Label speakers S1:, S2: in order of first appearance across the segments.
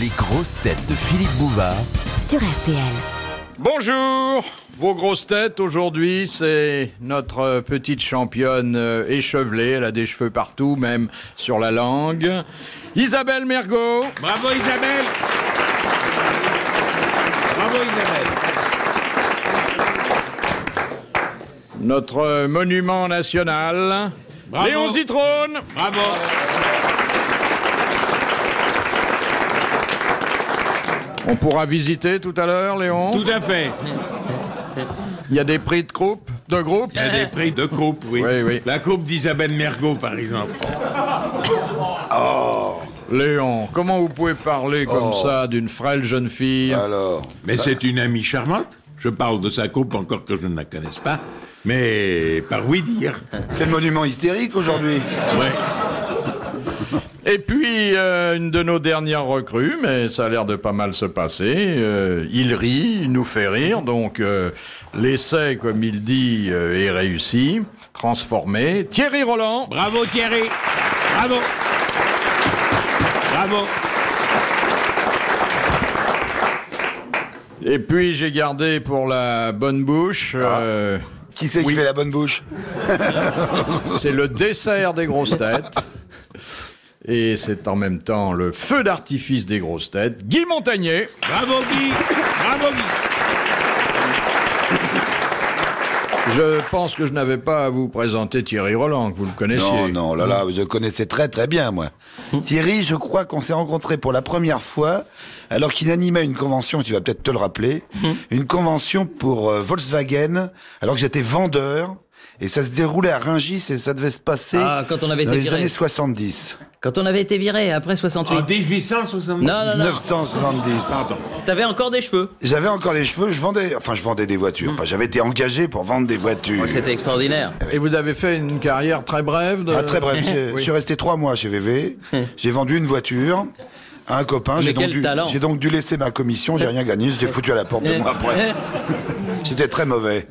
S1: Les grosses têtes de Philippe Bouvard
S2: sur RTL.
S3: Bonjour Vos grosses têtes aujourd'hui, c'est notre euh, petite championne euh, échevelée, elle a des cheveux partout, même sur la langue. Isabelle Mergot,
S4: Bravo Isabelle Bravo Isabelle
S3: notre euh, monument national.
S4: Bravo.
S3: Léon Zitrone
S4: Bravo
S3: On pourra visiter tout à l'heure, Léon.
S4: Tout à fait
S3: Il y a des prix de groupe. De groupe.
S4: Il y a des prix de coupe, oui.
S3: Oui, oui.
S4: La coupe d'Isabelle Mergot, par exemple.
S3: Léon, comment vous pouvez parler comme
S4: Oh.
S3: ça d'une frêle jeune fille
S5: Alors,
S4: Mais c'est une amie charmante. Je parle de sa coupe encore que je ne la connaisse pas. Mais par oui dire.
S5: c'est le monument hystérique aujourd'hui.
S4: Ouais.
S3: Et puis, euh, une de nos dernières recrues, mais ça a l'air de pas mal se passer. euh, il rit, il nous fait rire, donc euh, l'essai, comme il dit, euh, est réussi, transformé. Thierry Roland,
S4: Bravo Thierry Bravo Bravo
S3: et puis j'ai gardé pour la bonne bouche, euh,
S5: Qui c'est qui fait la bonne bouche Ah.
S3: c'est le dessert des grosses têtes. Et c'est en même temps le feu d'artifice des grosses têtes, Guy Montagnier.
S4: Bravo Guy Bravo Guy
S3: Je pense que je n'avais pas à vous présenter Thierry Roland, que vous le
S5: Non,
S3: connaissiez.
S5: non, là, là, je connaissais très très bien, moi. Thierry, je crois qu'on s'est rencontrés pour la première fois, alors qu'il animait une convention, tu vas peut-être te le rappeler,
S6: Mhm.
S5: une convention pour euh, Volkswagen, alors que j'étais vendeur, et ça se déroulait à Rungis, et ça devait se passer
S6: Ah, quand on avait
S5: dans
S6: été
S5: les
S6: viré.
S5: années 70.
S6: Quand on avait été viré après 68.
S4: En 1870.
S6: non, non, non.
S5: 1970.
S4: Pardon.
S6: T'avais encore des cheveux.
S5: J'avais encore les cheveux, je vendais, enfin, je vendais des voitures. Enfin, j'avais été engagé pour vendre des voitures.
S6: C'était extraordinaire.
S3: Et vous avez fait une carrière très brève. De...
S6: Euh,
S5: Ah, très bref, j'ai- je suis resté trois mois chez VV. J'ai vendu une voiture à un copain. J'ai donc,
S6: quel
S5: dû,
S6: talent.
S5: j'ai donc dû laisser ma commission. J'ai rien gagné. J'étais foutu à la porte deux mois après.
S6: Eh,
S5: J'étais très mauvais.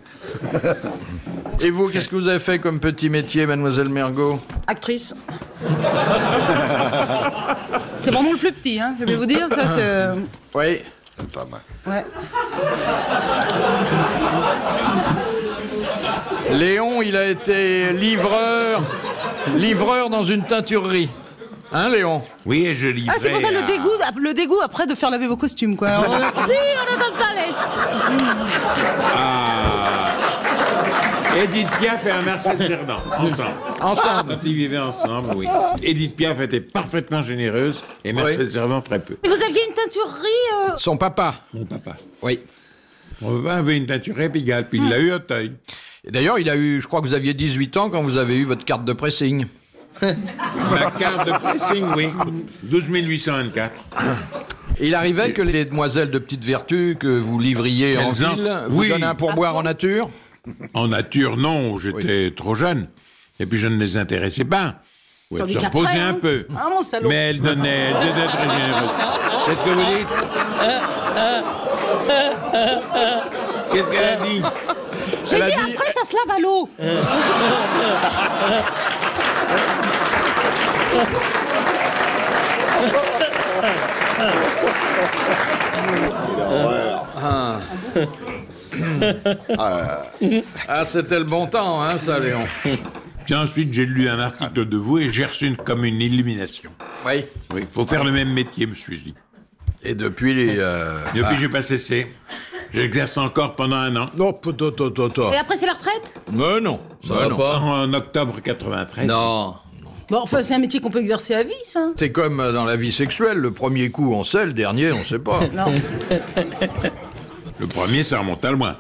S3: Et vous, qu'est-ce que vous avez fait comme petit métier, mademoiselle Mergot
S7: Actrice. c'est vraiment le plus petit, hein. Je vais vous dire, ça c'est. euh,
S3: Oui.
S5: Enfin, moi.
S7: Ouais.
S3: Léon, il a été livreur, livreur dans une teinturerie. Hein, Léon
S4: Oui, et je livrais
S7: Ah, c'est pour ça
S4: à-
S7: le dégoût, le dégoût après de faire laver vos costumes, quoi. Alors, euh, oui, on entend parler.
S4: Edith Piaf et un Marcel Cerdan, ensemble.
S3: Ensemble.
S4: Quand ils vivaient ensemble, oui. Edith Piaf était parfaitement généreuse et Marcel Cerdan très peu.
S7: Vous aviez une teinturerie. euh,
S3: Son papa.
S4: Mon papa.
S3: Oui.
S4: Mon papa avait une teinture épigale, puis il l'a eu à taille.
S3: D'ailleurs, il a eu, je crois que vous aviez 18 ans quand vous avez eu votre carte de pressing.
S4: Ma carte de pressing, oui. 12 824.
S3: Et il arrivait que les demoiselles de petite vertu que vous livriez en
S4: Elles en-
S3: ville vous
S4: Oui.
S3: donnaient un pourboire en nature
S4: En nature, non, j'étais trop jeune. Et puis je ne les intéressais pas. Ou elles
S7: Tandis
S4: se
S7: qu'après,
S4: reposaient
S7: hein.
S4: un peu.
S7: Ah, mon salaud.
S4: Mais elles donnaient, elles étaient très généreuses. Qu'est-ce que vous dites Qu'est-ce qu'elle a dit
S7: euh, J'ai
S3: elle a
S7: dit,
S3: dit-
S7: après ça se lave à l'eau.
S3: Ah, c'était le bon temps, hein, ça, Léon
S4: Puis ensuite, j'ai lu un article de vous et j'ai reçu une- comme une illumination.
S3: Oui.
S4: Oui, faut faire le même métier, me suis-je dit.
S3: Et depuis les. euh,
S4: Depuis, j'ai pas cessé. J'exerce encore pendant un an.
S3: Non, poto, to, to, to.
S7: Et après c'est la retraite
S3: Mais non. mais non.
S4: Ah En octobre
S6: eh.
S4: 93.
S6: Non.
S7: Bon, enfin c'est un métier qu'on peut exercer à vie, ça.
S3: C'est comme euh, dans la vie sexuelle, le premier coup on sait, le dernier on sait pas.
S7: Non.
S4: Le premier, ça remonte à loin.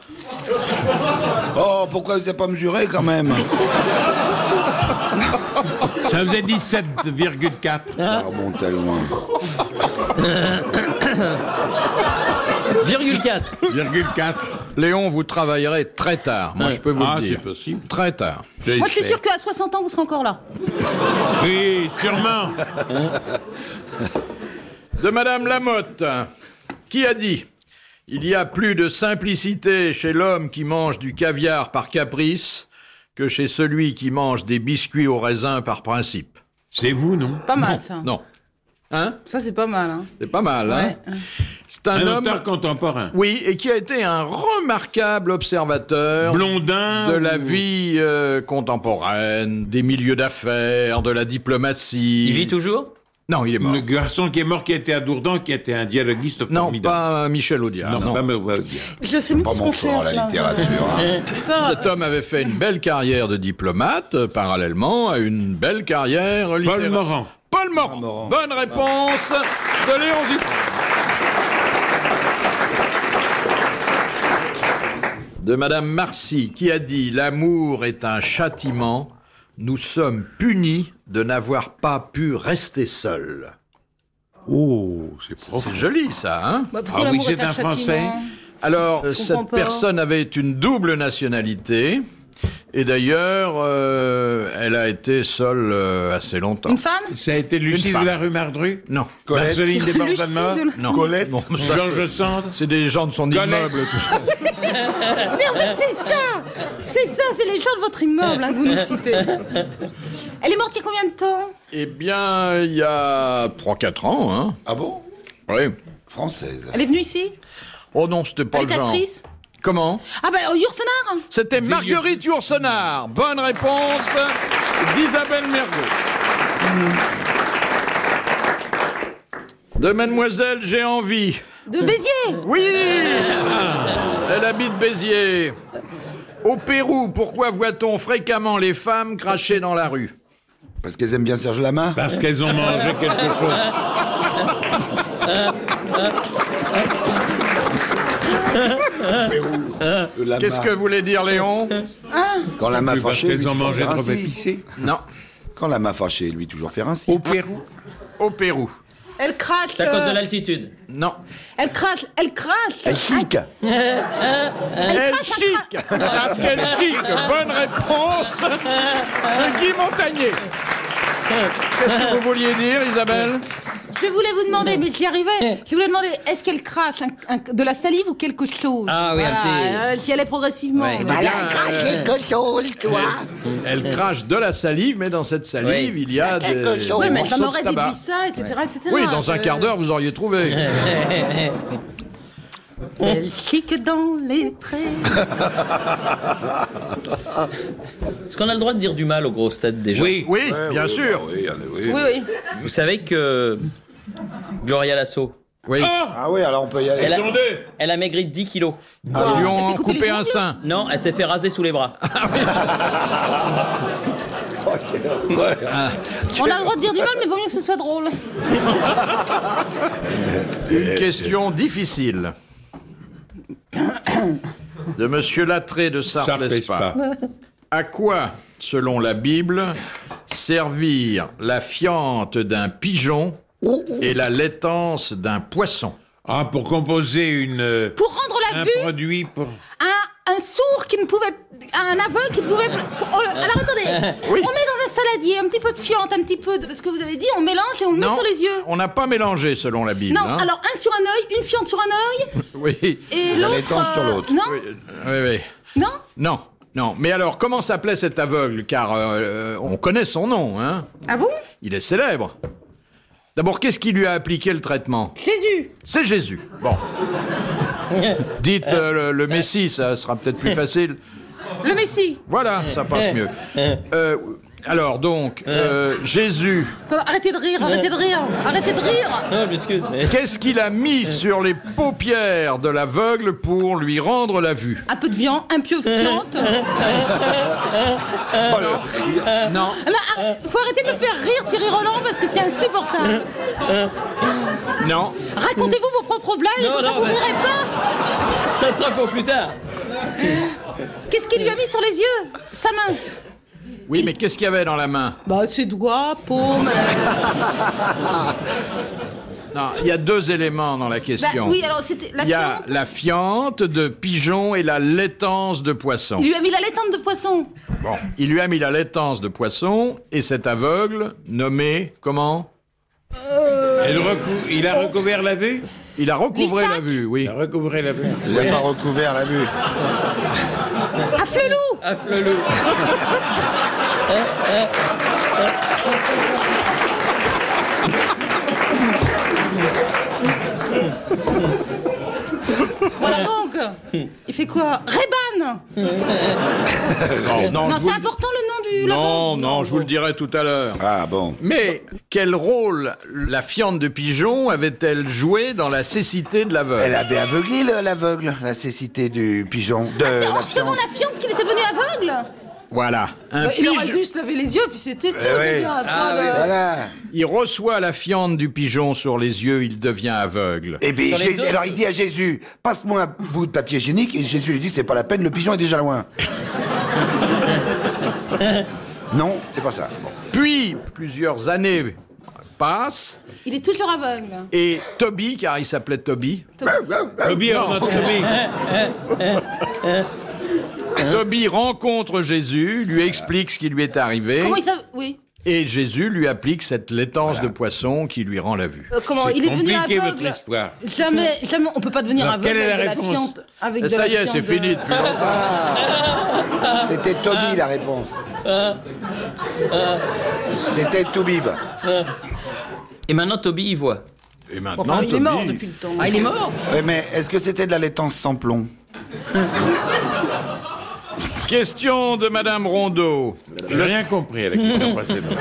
S5: Oh, pourquoi vous n'avez pas mesuré quand même
S4: Ça faisait
S3: Ah,
S4: 17,4.
S6: Hein
S5: Ça remonte à loin.
S6: 0,4.
S4: 4.
S3: Léon, vous travaillerez très tard, moi je peux vous
S4: Ah,
S3: le
S4: c'est
S3: dire.
S4: possible.
S3: Très tard.
S4: Je
S7: Moi je suis
S4: sais.
S7: sûre qu'à 60 ans vous serez encore là.
S4: Oui, sûrement.
S3: De Madame Lamotte, qui a dit Il y a plus de simplicité chez l'homme qui mange du caviar par caprice que chez celui qui mange des biscuits au raisin par principe.
S4: C'est vous, non
S7: Pas mal ça.
S3: Non. Hein
S7: Ça, c'est pas mal. Hein.
S3: C'est pas mal, hein C'est un,
S4: Un
S3: homme.
S4: auteur contemporain.
S3: Oui, et qui a été un remarquable observateur.
S4: Blondin.
S3: de la
S4: ou-
S3: vie euh, contemporaine, des milieux d'affaires, de la diplomatie.
S6: Il vit toujours
S3: Non, il est mort.
S4: Le garçon qui est mort, qui était à Dourdan, qui était un dialoguiste
S3: Non,
S4: formidable. Ah,
S3: pas euh, Michel Audiard.
S4: Non,
S3: non.
S4: pas me- bien.
S7: Je sais même
S5: Pas
S7: pas ce qu'on
S5: mon
S7: fait.
S5: fort, la
S7: là.
S5: littérature. hein.
S3: Cet homme avait fait une belle carrière de diplomate, euh, parallèlement à une belle carrière littéraire.
S4: Paul Morand.
S3: Paul Morand. Bonne réponse de Léon Zutton. De Madame Marcy, qui a dit L'amour est un châtiment, nous sommes punis de n'avoir pas pu rester seuls.
S4: Oh, c'est
S3: C'est
S4: profond.
S3: joli, ça, hein
S7: Bah,
S4: Ah
S7: pourquoi
S4: oui,
S7: l'amour
S4: c'est
S7: est un
S4: un Français.
S7: châtiment
S3: Alors,
S7: Je comprends
S3: cette
S7: pas.
S3: personne avait une double nationalité. Et d'ailleurs, euh, elle a été seule euh, assez longtemps.
S7: Une femme
S4: Ça a été
S3: Une
S4: Lucie
S3: femme.
S4: de la rue Mardru
S3: Non.
S5: Colette.
S4: Marceline
S7: Lucie
S4: Desbordes-Mort
S7: de la-
S3: Non.
S5: Colette.
S3: Non, ça,
S4: Georges Sand
S3: C'est des gens de son
S4: Colette.
S3: immeuble. tout ça.
S7: Mais en fait,
S6: Hein
S7: c'est ça C'est ça, c'est les gens de votre immeuble hein, que vous nous citez. Elle est morte il y a combien de temps
S3: Eh bien, il y a 3-4 ans, hein
S5: Ah bon
S3: Oui.
S5: Française.
S7: Elle est venue ici
S3: Oh non, c'était pas
S7: Elle
S3: le
S7: est
S3: genre.
S7: actrice
S3: Comment
S7: Ah bah, Yourcenar
S3: C'était Marguerite Yourcenar. Bonne réponse d'Isabelle Mergo. De Mademoiselle, j'ai envie.
S7: De Béziers
S3: Oui Elle habite Béziers. Au Pérou, pourquoi voit-on fréquemment les femmes cracher dans la rue
S5: Parce qu'elles aiment bien Serge Lama
S4: Parce qu'elles ont mangé quelque chose.
S5: Lama.
S3: Qu'est-ce que voulait dire Léon
S5: Euh, Quand Lama
S4: Parce
S5: fâché, lui,
S4: qu'elles ont
S5: toujours
S4: mangé
S5: faire
S4: trop
S5: ainsi.
S4: épicé.
S3: Non,
S5: Quand Lama fâché, lui, toujours faire ainsi.
S4: Au Pérou.
S3: au Pérou.
S7: Elle crache
S6: C'est à cause
S7: euh,
S6: de l'altitude.
S3: Non.
S7: Elle crache Elle crache
S5: Elle chic
S3: Elle chic Parce qu'elle chic Bonne réponse de Guy Montagnier. Qu'est-ce que vous vouliez dire, Isabelle
S7: Je voulais vous demander, mais j'y
S6: Eh.
S7: arrivais. Je voulais demander, est-ce qu'elle crache un- un- de la salive ou quelque chose
S6: Ah oui, un
S7: voilà,
S6: thé.
S7: euh, J'y allais progressivement.
S6: Ouais.
S7: Voilà.
S4: euh,
S3: Elle crache de la salive, mais dans cette salive,
S6: Oui.
S3: il y a des
S7: Oui, mais
S3: morceaux
S7: ça
S3: de
S7: m'aurait
S3: tabac.
S7: déduit ça, etc., etc.
S3: Oui, dans un
S7: Euh,
S3: quart d'heure, vous auriez trouvé.
S7: Elle chic dans les prés.
S3: Ah
S6: Est-ce qu'on a le droit de dire du mal aux grosses têtes déjà
S4: Oui.
S3: Oui, bien sûr.
S7: Oui, oui.
S6: Vous savez que Gloria Lasso,
S3: Oui.
S5: Ah oui, alors on peut y aller.
S6: elle a, elle a maigri de 10 kilos.
S3: Ah, Ils lui
S7: Elle
S3: ont
S7: s'est coupé
S3: coupé
S7: les
S3: un
S7: ongles
S3: sein.
S6: Non, elle s'est fait raser sous les bras.
S7: On a le droit de dire du mal, mais vaut mieux que ce soit drôle.
S3: Une question difficile. De Monsieur Latré de
S4: Ça
S3: Sartre,
S4: pèse pas.
S3: À quoi, selon la Bible, servir la fiente d'un pigeon et la laitance d'un poisson
S4: Ah, pour composer une, euh,
S7: Pour rendre la
S3: Ah,
S4: un
S7: vue
S4: produit pour...
S7: à un sourd qui ne pouvait. à un aveugle qui ne pouvait. Oh, alors attendez.
S3: Oui.
S7: On met dans un saladier un petit peu de fiente, un petit peu de ce que vous avez dit, on mélange et on le met
S3: Non,
S7: sur les yeux.
S3: on n'a pas mélangé selon la Bible.
S7: Non,
S3: hein.
S7: alors un sur un œil, une fiente sur un œil
S3: Oui,
S7: et l'autre.
S5: l'étend sur
S7: euh,
S5: l'autre.
S7: Non
S3: oui, oui.
S7: Non
S3: Non, non. Mais alors, comment s'appelait cet aveugle Car euh, on connaît son nom, hein
S7: Ah bon
S3: Il est célèbre. D'abord, qu'est-ce qui lui a appliqué le traitement
S7: Jésus
S3: C'est Jésus. Bon. Dites euh, le, le Messie, ça sera peut-être plus facile.
S7: Le Messie
S3: Voilà, ça
S7: eh,
S3: passe mieux. Euh, alors donc, euh, Jésus,
S7: Attends, Arrêtez de rire, arrêtez de rire, arrêtez de rire
S6: Non, je Ah, m'excuse.
S3: qu'est-ce qu'il a
S7: Eh.
S3: mis sur les paupières de l'aveugle pour lui rendre la vue
S7: Un peu de viande, un peu de fiente. Non,
S5: Oh,
S7: Ah.
S3: Non.
S7: ar- faut arrêter de me faire rire, Thierry Roland, parce que c'est insupportable.
S3: Non.
S7: Racontez-vous vos propres blagues,
S6: Non,
S7: comme ça
S6: non,
S7: vous
S6: mais-
S7: rirez pas
S6: Ça sera pour plus tard.
S7: Qu'est-ce qu'il lui a mis sur les yeux Sa main
S3: Oui, mais qu'est-ce qu'il y avait dans la main
S7: Bah, ses doigts, paume...
S3: Non, il y a deux éléments dans la
S7: Bah,
S3: question.
S7: oui, alors c'était la
S3: Il y a
S7: fiente.
S3: la fiente de pigeon et la laitance de poisson.
S7: Il lui a mis la laitante de poisson.
S3: Bon, il lui a mis la laitance de poisson et cet aveugle, nommé comment
S4: Elle recou- Il
S3: Oh.
S4: a recouvert la vue
S3: Il a recouvré
S7: Lissac
S3: la vue, oui.
S4: Il a recouvré la vue.
S5: Il n'a pas recouvert la vue.
S7: À Flelou
S6: À Flelou.
S7: Il fait quoi Reban Non, c'est important le nom du
S3: Non,
S7: lavabo.
S3: non, je vous le dirai tout à l'heure.
S5: Ah bon.
S3: Mais quel rôle la fiente de pigeon avait-elle joué dans la cécité
S5: Elle
S3: de l'aveugle
S5: avait aveuglé le- l'aveugle, la cécité du pigeon. De
S7: Ah, C'est
S5: euh, la
S7: en recevant
S5: fiente.
S7: la fiente qu'il était devenu aveugle
S3: Voilà. Un
S7: Bah, Il
S3: pige-
S7: aurait dû se laver les yeux, puis c'était tout.
S5: Eh oui.
S7: le gars,
S6: Ah
S7: après,
S6: oui.
S7: euh,
S5: Voilà.
S3: Il reçoit la fiente du pigeon sur les yeux, il devient aveugle.
S5: Et puis,
S6: Sur les
S5: Jé-
S6: deux.
S5: Eh ben, alors il dit à Jésus, passe-moi un bout de papier hygiénique. Et Jésus lui dit, c'est pas la peine, le pigeon est déjà loin. non, c'est pas ça. Bon.
S3: Puis, plusieurs années passent,
S7: Il est toujours aveugle.
S3: et Toby, car il s'appelait Toby,
S2: Toby, on a Toby.
S3: Toby rencontre Jésus, lui explique ce qui lui est arrivé,
S7: Comment il savait Oui.
S3: et Jésus lui applique cette laitance de poisson qui lui rend la vue.
S7: Euh, Comment
S4: C'est
S7: Il est devenu
S4: compliqué,
S7: aveugle.
S4: votre histoire.
S7: Jamais, jamais, on peut pas devenir
S4: Alors,
S7: aveugle
S4: quelle est la
S7: avec de la
S4: réponse
S7: fiente. Avec
S3: Et
S7: de la
S3: ça y est,
S7: fiente
S3: c'est
S7: de-
S3: fini depuis longtemps.
S5: C'était Toby la réponse. Ah. C'était Toubib.
S6: Et maintenant, Toby, il voit.
S3: Et
S7: Enfin,
S3: maintenant,
S7: il est mort
S3: Toby-
S7: depuis le temps.
S6: Ah, il est mort
S5: Oui, mais est-ce que c'était de la laitance sans plomb
S3: Question de Madame Rondeau.
S4: J'ai rien compris à la question précédente.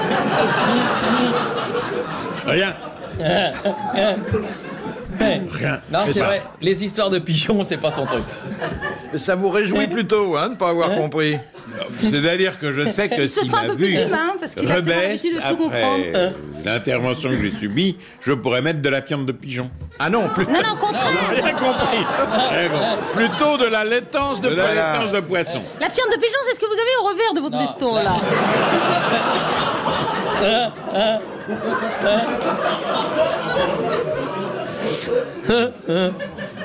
S4: Rien. Rien.
S6: Non, c'est
S3: ça.
S6: vrai, les histoires de pigeons, c'est pas son truc.
S3: Ça vous
S7: Eh.
S3: réjouit plutôt, hein, de ne pas avoir compris
S4: C'est-à-dire que je sais que
S7: Il se
S4: si
S7: sent un
S4: ma
S7: peu plus
S4: vue
S7: humain, parce qu'il a tellement
S4: rebaisse
S7: l'habitude de tout
S4: après
S7: comprendre.
S4: l'intervention que j'ai subie, je pourrais mettre de la fiente de pigeon.
S3: Ah non, plus-
S7: Non, non, au contraire.
S3: rien compris.
S4: Très bon.
S6: Ah,
S3: Plutôt de la laitance de
S4: De la
S3: poisson.
S4: laitance de poisson.
S7: La fiente de pigeon, c'est ce que vous avez au revers de votre veston, là.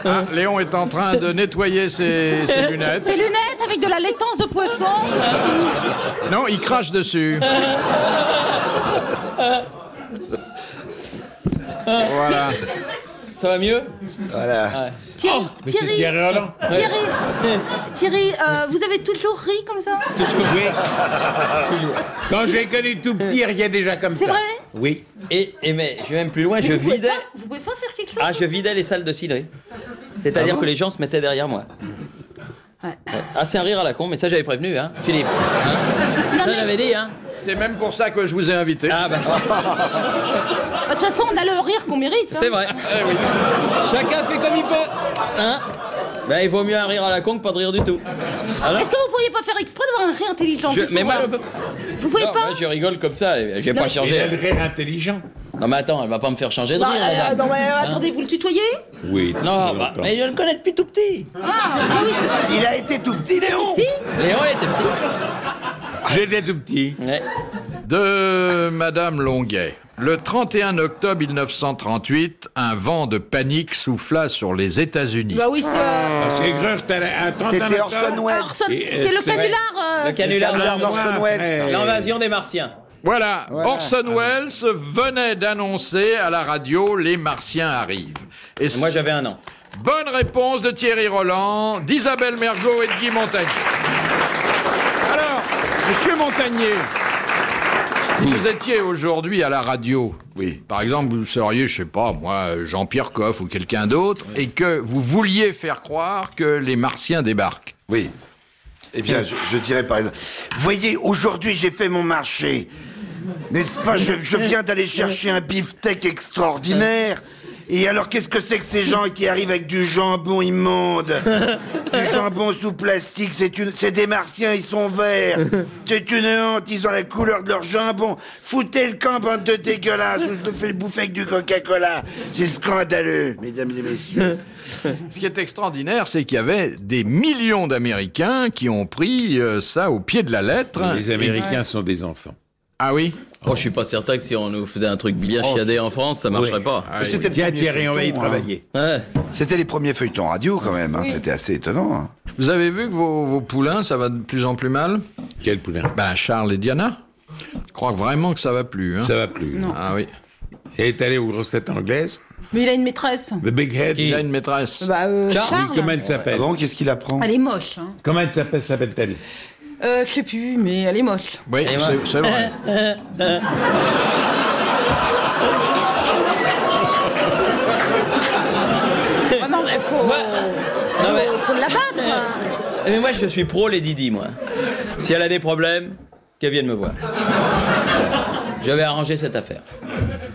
S3: Ah, Léon est en train de nettoyer ses, ses lunettes.
S7: Ces lunettes avec de la laitance de poisson.
S3: Non, il crache dessus. Voilà.
S6: Ça va mieux
S5: Voilà.
S6: Oh,
S7: Thierry,
S4: Mais c'est
S7: Thierry,
S4: Thierry Roland.
S7: Thierry, Thierry, euh, vous avez toujours ri comme ça
S4: Oui. Quand j'ai connu tout petit, il riait déjà comme ça.
S7: C'est vrai
S4: Oui.
S6: et, et mais, je vais même plus loin, je
S7: Vous pouvez
S6: vidais.
S7: pas- Vous pouvez pas faire quelque chose
S6: Ah, je vidais les salles de ciderie. C'est-à-dire que les gens se mettaient derrière moi.
S7: Ouais.
S6: Ouais. Ah, c'est un rire à la con, mais ça, j'avais prévenu, hein, Philippe.
S7: Non,
S6: Ça,
S7: mais
S6: j'avais dit, hein.
S3: C'est même pour ça que je vous ai invité.
S6: Ah, bah,
S7: Bah, de toute façon, on a le rire qu'on mérite. hein.
S6: c'est vrai. Chacun fait comme il peut. Hein Bah, il vaut mieux un rire à la con que pas de rire du tout. Alors
S7: Est-ce que vous pourriez pas faire exprès d'avoir un rire intelligent
S6: je-
S7: juste
S6: Mais
S7: pour
S6: moi,
S7: voir
S6: je peux-
S7: Vous pouvez
S6: Non,
S7: pas
S6: moi, je rigole comme ça, et je vais
S7: Non,
S6: pas
S7: mais-
S4: Il a le
S6: changer.
S4: rire intelligent.
S6: Non, mais attends, elle va pas me faire changer de
S7: Non,
S6: rire, Hein
S7: euh,
S6: la dame.
S7: non, mais, euh, attendez, vous le tutoyez
S4: Oui.
S6: Non,
S4: très
S6: bah,
S4: longtemps.
S6: mais je le connais depuis tout petit.
S7: Ah, ah oui, c'est vrai.
S5: Il a été tout petit, Léon
S6: Léon, il était petit.
S4: J'étais tout petit.
S6: Ouais.
S3: De Madame Longuet. Le 31 octobre 1938, un vent de panique souffla sur les États-Unis.
S7: Bah oui, c'est euh,
S4: Parce qu'Aigreur, t'as la- à 31
S5: C'était
S4: octobre,
S5: Orson Welles.
S7: Orson-
S4: Et, euh,
S7: c'est le
S4: c'est vrai.
S7: canular. euh,
S6: Le canular
S5: Carl
S6: blanc.
S5: Orson Welles.
S6: L'invasion des Martiens.
S3: Voilà, Orson Welles venait d'annoncer à la radio Les Martiens arrivent. Et
S6: Moi, j'avais un an.
S3: Bonne réponse de Thierry Roland, d'Isabelle Mergot et de Guy Montagnier. Alors, monsieur Montagnier, si vous étiez aujourd'hui à la radio,
S5: Oui.
S3: par exemple, vous seriez, je sais pas, moi, Jean-Pierre Coff ou quelqu'un d'autre, et que vous vouliez faire croire que les Martiens débarquent.
S5: Oui. Eh bien, je, je dirais par exemple, voyez, aujourd'hui j'ai fait mon marché. N'est-ce pas je, je viens d'aller chercher un beefsteak extraordinaire. Et alors, qu'est-ce que c'est que ces gens qui arrivent avec du jambon immonde Du jambon sous plastique, c'est une, c'est des martiens, ils sont verts. C'est une honte, ils ont la couleur de leur jambon. Foutez le camp, bande de dégueulasses, ou je te fais le bouffer avec du Coca-Cola. C'est scandaleux, mesdames et messieurs.
S3: Ce qui est extraordinaire, c'est qu'il y avait des millions d'Américains qui ont pris euh, ça au pied de la lettre.
S4: Les Américains sont des enfants.
S3: Ah oui
S6: Oh, je suis pas certain que si on nous faisait un truc bien chiadé en France, ça
S4: Ah,
S6: marcherait pas.
S5: C'était
S4: Tiens, Thierry, on va y
S5: feuilleton, hein.
S4: travailler.
S6: Ouais.
S5: C'était les premiers feuilletons radio quand même, hein. c'était assez étonnant. hein.
S3: Vous avez vu que vos, vos poulains, ça va de plus en plus mal
S4: Quel poulain
S3: Ben, Charles et Diana. Je crois vraiment que ça va plus. Hein.
S4: Ça va plus.
S3: Ah oui.
S4: Et est allé aux grosses têtes anglaises.
S7: Mais il a une maîtresse.
S4: The Big Head.
S3: Il a une maîtresse.
S7: Bah, euh,
S6: Charles,
S7: Charles.
S4: Comment elle
S5: Ah
S4: s'appelle
S5: bon, qu'est-ce qu'il apprend
S7: Elle est moche. Hein.
S4: Comment elle s'appelle s'appelle-t-elle
S7: Euh, je sais plus, mais elle est moche.
S3: Oui,
S6: Et voilà.
S3: c'est- c'est vrai.
S7: Ah non, mais faut.
S6: Ouais. Non, mais-
S7: faut la battre.
S6: Mais moi, je suis pro les Didi, moi. Si elle a des problèmes, qu'elle vienne me voir. Je vais arranger cette affaire.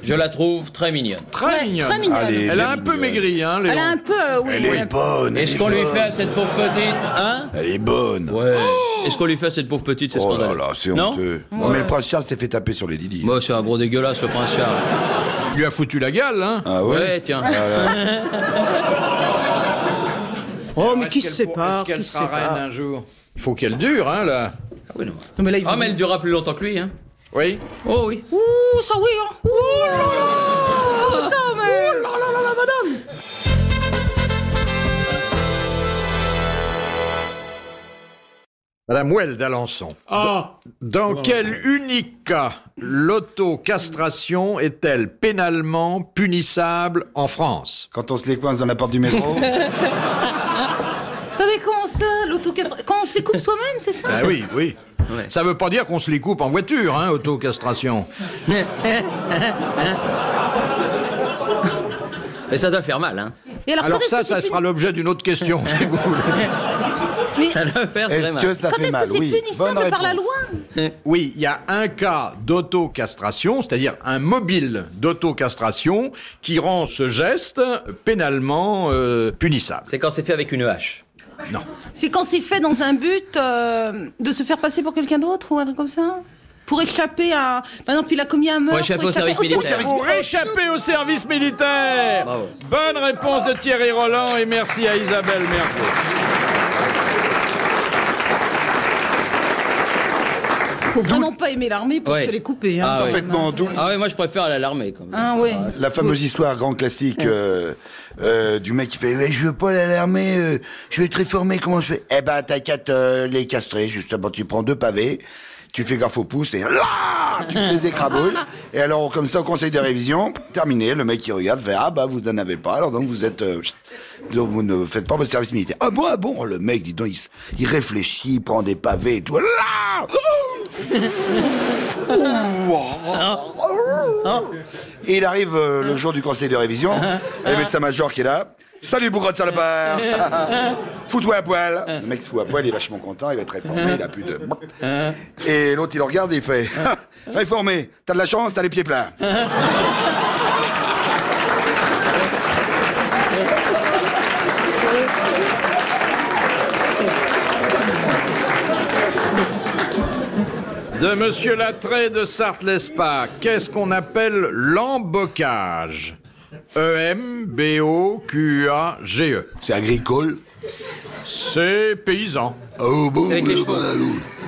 S6: Je la trouve très mignonne.
S3: Très
S7: Ouais,
S3: mignonne.
S7: Très mignonne.
S5: Allez.
S3: Elle a un
S5: J'aime
S3: peu
S5: mignonne.
S3: maigri, hein, Léon.
S7: Elle a un peu, euh, oui.
S5: Elle est
S7: oui.
S5: bonne. elle
S6: Est-ce
S5: est
S6: qu'on lui
S5: bonne.
S6: fait à cette pauvre petite, hein
S5: Elle est bonne.
S6: Ouais. Est-ce qu'on lui fait à cette pauvre petite, c'est
S5: Oh là
S6: scandaleux
S5: là, c'est
S6: Non
S5: honteux. Non, mais le prince Charles s'est fait taper sur les Didi.
S6: Moi, c'est un gros dégueulasse, le prince Charles.
S3: Il lui a foutu la gale, hein.
S5: Ah ouais,
S6: tiens.
S8: Oh, mais qui
S3: Est-ce
S8: se
S3: qu'elle pour-
S8: sépare
S3: Est-ce qu'elle
S8: Qui se
S3: sera reine
S8: sépare
S3: un jour Il faut qu'elle dure, hein, là.
S6: Ah oui, non.
S8: Non, mais là, il
S6: Ah,
S8: va.
S6: mais elle durera plus longtemps que lui, hein
S3: Oui
S6: Oh oui.
S7: Ouh, ça oui, hein. Ouh là là. Ça, mais. Ouh là là là là, madame.
S3: Madame Well d'Alençon.
S4: Ah
S3: Dans quel unique cas l'autocastration est-elle pénalement punissable en France
S5: Quand on se les coince dans la porte du métro,
S7: Attendez, comment ça L'autocastration. Quand on se les coupe soi-même, c'est ça
S3: Ben oui, oui.
S6: Ouais.
S3: Ça veut pas dire qu'on se les coupe en voiture, hein, autocastration.
S6: Ah, Et ça doit faire mal, hein
S7: Et
S3: Alors
S7: quand est-ce
S3: ça,
S7: que c'est
S3: ça
S7: puni-
S3: sera l'objet d'une autre question, si vous voulez.
S6: Ça doit faire très
S5: est-ce
S6: mal.
S5: que ça
S7: Quand
S5: fait
S7: est-ce
S5: mal
S7: que c'est
S5: Oui.
S7: punissable
S5: Bonne
S7: par la
S5: réponse.
S7: loi
S3: Oui, il y a un cas d'autocastration, c'est-à-dire un mobile d'autocastration qui rend ce geste pénalement euh, punissable.
S6: C'est quand c'est fait avec une hache.
S3: Non.
S7: C'est quand c'est fait dans un but euh, de se faire passer pour quelqu'un d'autre ou un truc comme ça Pour échapper à. Par exemple, il a commis un
S6: Pour
S7: meurtre.
S6: échapper au service militaire.
S3: Pour échapper au service militaire
S6: Bravo.
S3: Bonne réponse de Thierry Roland et merci à Isabelle Mergo.
S7: Faut vraiment pas aimer l'armée pour
S6: Ouais.
S7: se les couper. Hein,
S6: Ah
S7: quand
S6: ouais.
S7: même,
S5: Complètement
S7: hein.
S5: d'où
S6: Ah oui, moi, je préfère aller à l'armée, quand même.
S7: Ah ouais.
S5: La fameuse histoire grand classique euh, euh, du mec qui fait ouais, je veux pas aller à l'armée, euh, je vais être réformé, comment je fais Eh ben t'as qu'à te les castrer justement, tu prends deux pavés, tu fais gaffe au pouce et là tu te les écrabouilles. Et alors comme ça au conseil de révision, terminé, le mec qui regarde fait ah bah vous en avez pas, alors donc vous êtes euh, donc vous ne faites pas votre service militaire. Ah bon ah bon Oh, le mec dis donc il, s- il réfléchit, il prend des pavés et tout. Là Oh Et il arrive euh, le jour du conseil de révision, et le médecin-major qui est là. Salut, bourreau de salopard Fous-toi à poil Le mec se fout à poil, il est vachement content, il va être réformé, il a plus de... Et l'autre, il le regarde et il fait « Réformé, t'as de la chance, t'as les pieds plats
S3: De Monsieur Latré de Sarthes-Lespa, qu'est-ce qu'on appelle l'embocage E E-M-B-O-Q-A-G-E. ».
S5: C'est agricole
S3: E. C'est paysan.
S5: Oh bon,
S6: Avec les chevaux.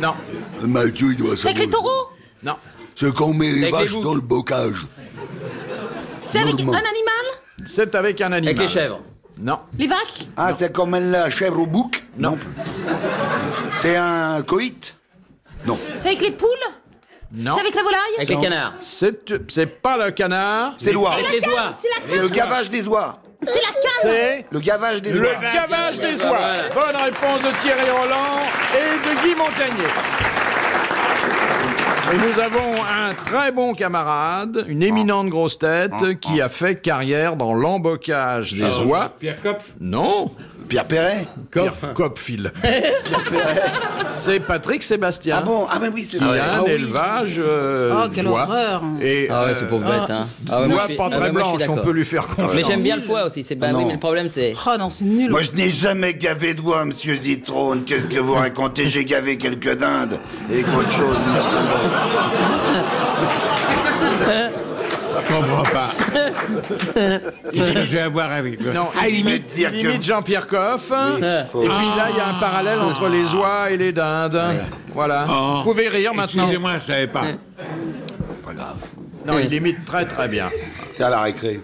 S3: Non,
S5: Mathieu, il doit
S7: C'est avec les taureaux
S3: non.
S5: C'est qu'on met les
S6: Avec les vaches boucs. dans
S5: le bocage.
S7: C'est avec un
S5: Lourdement.
S7: animal
S3: C'est avec un animal.
S6: Avec les chèvres.
S3: Non.
S7: Les vaches
S5: Ah, c'est qu'on met la chèvre au bouc
S3: Non.
S5: C'est un coït Non.
S7: C'est avec les poules
S3: Non.
S7: C'est avec la volaille
S6: Avec les canards.
S3: C'est c'est pas le canard.
S5: C'est l'oie.
S6: Avec les oies.
S7: C'est la
S5: C'est le
S7: canne
S5: gavage des oies.
S7: C'est la canne
S3: C'est
S5: Le gavage des oies.
S3: le gavage des oies.
S6: Voilà.
S3: Bonne réponse de Thierry Roland et de Guy Montagnier. Et nous avons un très bon camarade, une éminente grosse tête, qui a fait carrière dans l'embocage des oies.
S4: Ah, Pierre Kopf
S3: Non,
S5: Pierre Perret
S3: Pierre Copfil. C'est Patrick Sébastien.
S5: Ah bon Ah ben oui, c'est
S3: Il y
S5: vrai.
S3: a
S5: Ah
S3: un
S5: oui.
S3: élevage euh,
S7: Oh, quelle
S3: d'oies.
S7: horreur.
S3: Et
S6: Ah ouais,
S3: euh,
S6: c'est pauvre bête, hein. Ah ouais, moi,
S3: Doigt
S6: je suis-
S3: pas
S6: ah
S3: très
S6: ouais, moi, je suis
S3: blanche, on
S6: d'accord.
S3: peut lui faire confiance.
S6: Mais j'aime bien le foie aussi, c'est bah oui,
S5: non.
S6: mais le problème c'est.
S7: Oh non, c'est nul
S5: Moi, je n'ai jamais gavé de doigts, monsieur Zitrone. Qu'est-ce que vous racontez J'ai gavé quelques dindes et autre chose.
S4: Je comprends pas. Qu'est-ce que j'ai à voir avec le...
S3: Non,
S5: Ah,
S3: il
S5: il veut
S3: imite,
S5: dire
S3: il
S5: que-
S3: imite Jean-Pierre Coff.
S5: faut-
S3: Et puis là, il y a un parallèle entre les oies et les dindes. Voilà.
S4: Ah. Oh.
S3: Vous pouvez rire maintenant.
S4: Excusez-moi, je savais pas.
S3: Non, il imite très très bien.
S5: Tiens, la récré.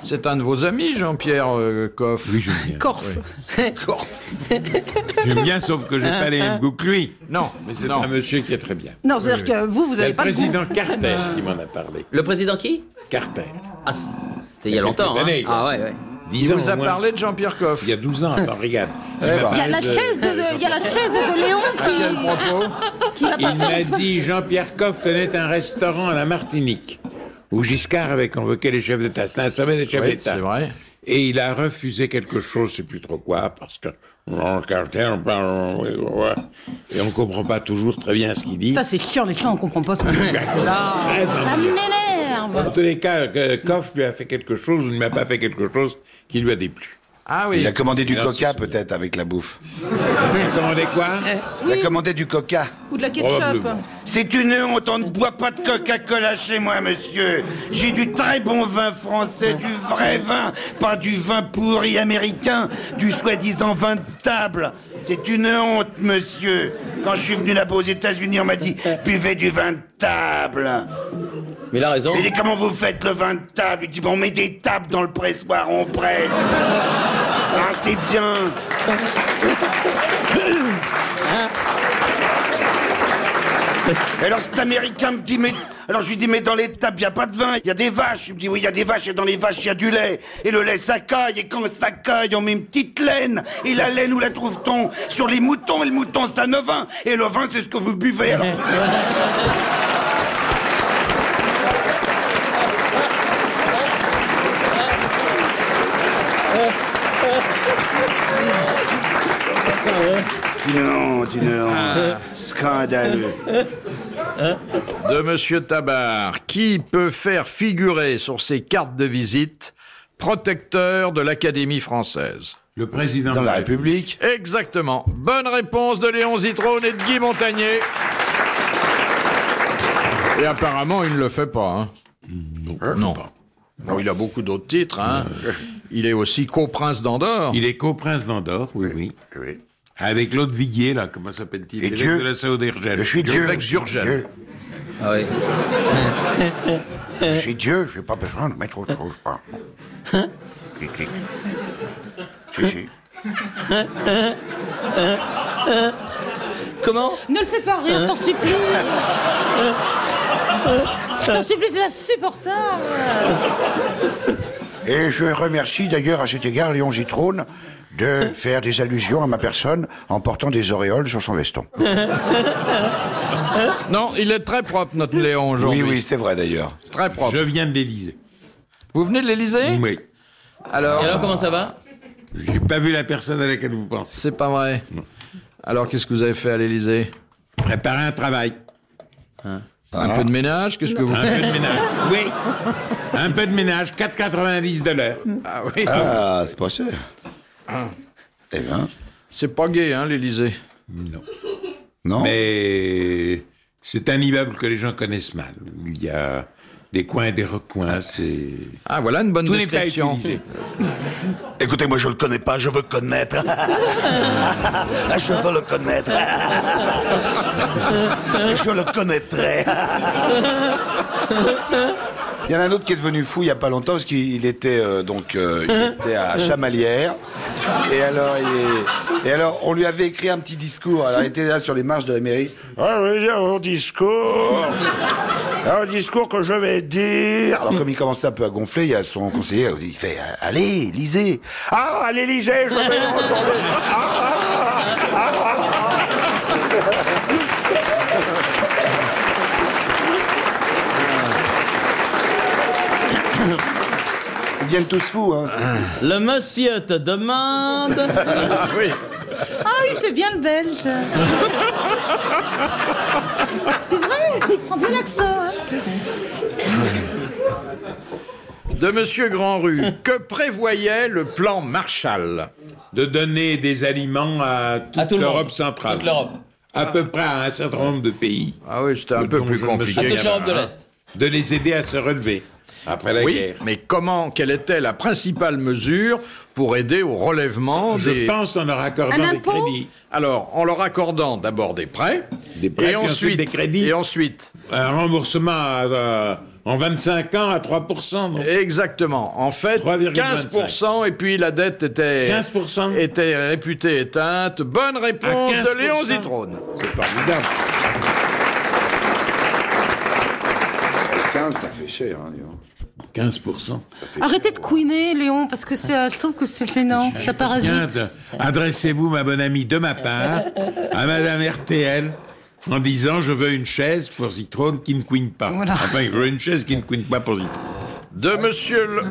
S3: C'est un de vos amis, Jean-Pierre euh, Coff.
S4: Oui, j'aime bien.
S7: Corf
S4: J'aime bien, sauf que j'ai pas les mêmes goûts que lui.
S3: Non,
S4: Mais c'est
S3: non.
S4: un monsieur qui est très bien.
S7: Non, c'est-à-dire que vous, vous
S4: C'est
S7: avez
S4: le
S7: pas de goût
S4: président Carter qui m'en a parlé.
S6: Le président qui
S4: Carter.
S6: Ah, c'était il y a
S4: quelques
S6: longtemps. hein.
S4: années,
S6: Ah ouais, ouais.
S3: Il
S4: Dix ans,
S3: vous
S4: au
S3: a
S4: moins.
S3: parlé Eh ben. de Jean-Pierre Coff.
S4: Il y a 12 ans, alors regarde. Il m'a
S5: bah.
S7: Il y a
S4: parlé
S7: la
S4: de-
S7: chaise de, il y a la chaise de Léon
S3: Quel
S7: qui,
S3: propos
S7: qui va pas
S4: Il
S7: faire
S4: m'a
S7: une
S4: dit Jean-Pierre Coff tenait un restaurant à la Martinique, où Giscard avait convoqué les chefs d'État. C'était un sommet des chefs
S3: Oui,
S4: d'État.
S3: c'est vrai.
S4: Et il a refusé quelque chose, je sais plus trop quoi, parce que. Et on comprend pas toujours très bien ce qu'il dit.
S7: Ça, c'est chiant, les gens, on comprend pas trop. Là, ça
S4: Dans
S7: m'énerve.
S4: tous les cas, que Koff lui a fait quelque chose ou ne lui a pas fait quelque chose qui lui a déplu.
S3: Ah
S5: Il a commandé du
S4: Alors,
S5: coca peut-être avec la bouffe.
S4: Commandez quoi
S3: Eh.
S5: Il a commandé du coca.
S7: Ou de la ketchup.
S4: Probablement.
S5: C'est une honte, on ne boit pas de Coca-Cola chez moi, monsieur. J'ai du très bon vin français, du vrai vin, pas du vin pourri américain, du soi-disant vin de table. C'est une honte, monsieur. Quand je suis venu là-bas aux États-Unis, on m'a dit buvez du vin de table.
S6: Mais il a raison.
S5: Il dit comment vous faites le vin de table Il dit bon, on met des tables dans le pressoir, on presse. Ah, c'est bien. Et Alors cet américain me dit mais alors je lui dis mais dans les tables il y a pas de vin, il y a des vaches. Il me dit oui, il y a des vaches et dans les vaches il y a du lait et le lait ça caille et quand ça caille on met une petite laine et la laine où la trouve-t-on Sur les moutons et le mouton c'est un vin et le vin c'est ce que vous buvez. Alors
S9: Non, dis non.
S5: Ah.
S9: Scandaleux.
S3: de Monsieur Tabar, qui peut faire figurer sur ses cartes de visite protecteur de l'Académie française
S4: Le président de la République.
S5: République.
S3: Exactement. Bonne réponse de Léon Zitrone et de Guy Montagnier. Et apparemment, il ne le fait pas. hein. Non. Bon, il a beaucoup d'autres titres. hein. Il est aussi coprince d'Andorre.
S4: Il est co-prince d'Andorre, oui, oui. Avec l'autre Viguier, là, comment s'appelle-t-il
S5: Et
S4: L'évêque
S5: Dieu
S4: de la Saône-et-Argentine.
S5: Je suis Dieu.
S3: L'évêque d'Urgell.
S5: Dieu.
S6: Ah oui.
S5: Je suis Dieu, je n'ai pas besoin de mettre autre chose. Ah. Clic, clic. Si, si.
S6: Comment
S7: Ne le fais pas rire, je t'en supplie. Je t'en supplie, c'est insupportable.
S5: Et je remercie d'ailleurs à cet égard Léon Zitrone de faire des allusions à ma personne en portant des auréoles sur son veston.
S3: Non, il est très propre, notre Léon, aujourd'hui.
S5: Oui, oui, c'est vrai d'ailleurs.
S3: Très propre.
S4: Je viens de l'Élysée.
S3: Vous venez de l'Élysée
S4: Oui.
S3: Alors,
S6: Et alors, comment ça va
S4: J'ai pas vu la personne à laquelle vous pensez.
S3: c'est pas vrai. Alors, qu'est-ce que vous avez fait à l'Élysée
S4: Préparer un travail.
S3: Un peu de ménage Qu'est-ce que vous
S4: Un peu de ménage. Oui. Un peu de ménage, 4,90 de l'heure.
S3: Ah oui.
S5: Ah, c'est pas cher. Eh bien,
S3: C'est pas gay, hein, l'Élysée.
S5: non.
S4: Mais c'est un immeuble que les gens connaissent mal. Il y a des coins et des recoins, c'est...
S3: Ah, voilà une bonne
S4: Tout n'est pas
S3: description.
S4: utilisé.
S9: Écoutez, moi je le connais pas, je veux connaître. je veux le connaître. je le connaîtrai.
S5: Il y en a un autre qui est devenu fou il y a pas longtemps parce qu'il était euh, donc euh, il était à Chamalières et alors il est- et alors on lui avait écrit un petit discours alors il était là sur les marches de la mairie ah oui j'ai un discours un discours que je vais dire alors comme il commençait un peu à gonfler il y a son conseiller il fait allez lisez ah à l'Élysée je vais le retourner Ah, ah, ah, ah, ah. ils viennent tous fous hein c'est-
S6: Le monsieur te demande.
S7: Ah, il fait bien le belge. C'est vrai, il prend bien l'accent. hein.
S3: De Monsieur Grandru, que prévoyait le plan Marshall
S4: De donner des aliments à toute
S6: À tout le monde.
S4: l'Europe centrale.
S6: Toute l'Europe.
S4: À peu près à un certain nombre de pays.
S3: Ah oui, c'était un
S4: Le
S3: peu
S4: don
S3: plus
S4: je ne me
S3: compliqué.
S6: À
S4: souviens
S6: toute l'Europe
S4: pas,
S6: de
S4: hein.
S6: l'Est.
S4: De les aider à se relever après la
S3: Oui,
S4: guerre.
S3: mais comment, quelle était la principale mesure pour aider au relèvement des...
S4: Je pense en leur accordant
S7: Un
S4: des
S7: impôt
S4: crédits.
S3: Alors, en leur accordant d'abord des prêts,
S4: Des prêts,
S3: et
S4: puis ensuite
S3: ensuite
S4: des crédits.
S3: Et ensuite,
S4: Un remboursement à, euh, en 25 ans à 3%. donc.
S3: exactement. En fait,
S4: 3,25.
S3: 15%, et puis la dette était,
S4: 15%.
S3: était réputée éteinte. Bonne réponse
S4: À 15%.
S3: de Léon Zitrone.
S4: C'est formidable.
S5: ça fait cher hein, dis donc.
S4: 15%.
S7: Arrêtez de couiner, Léon, parce que c'est- je trouve que c'est gênant. Ça
S4: Bien,
S7: parasite.
S4: de- adressez-vous, ma bonne amie, de ma part, à Madame RTL, en disant je veux une chaise pour Zitrone qui ne couine pas.
S7: Voilà.
S4: Enfin, je veux une chaise qui ne couine pas pour Zitrone.
S3: de monsieur le...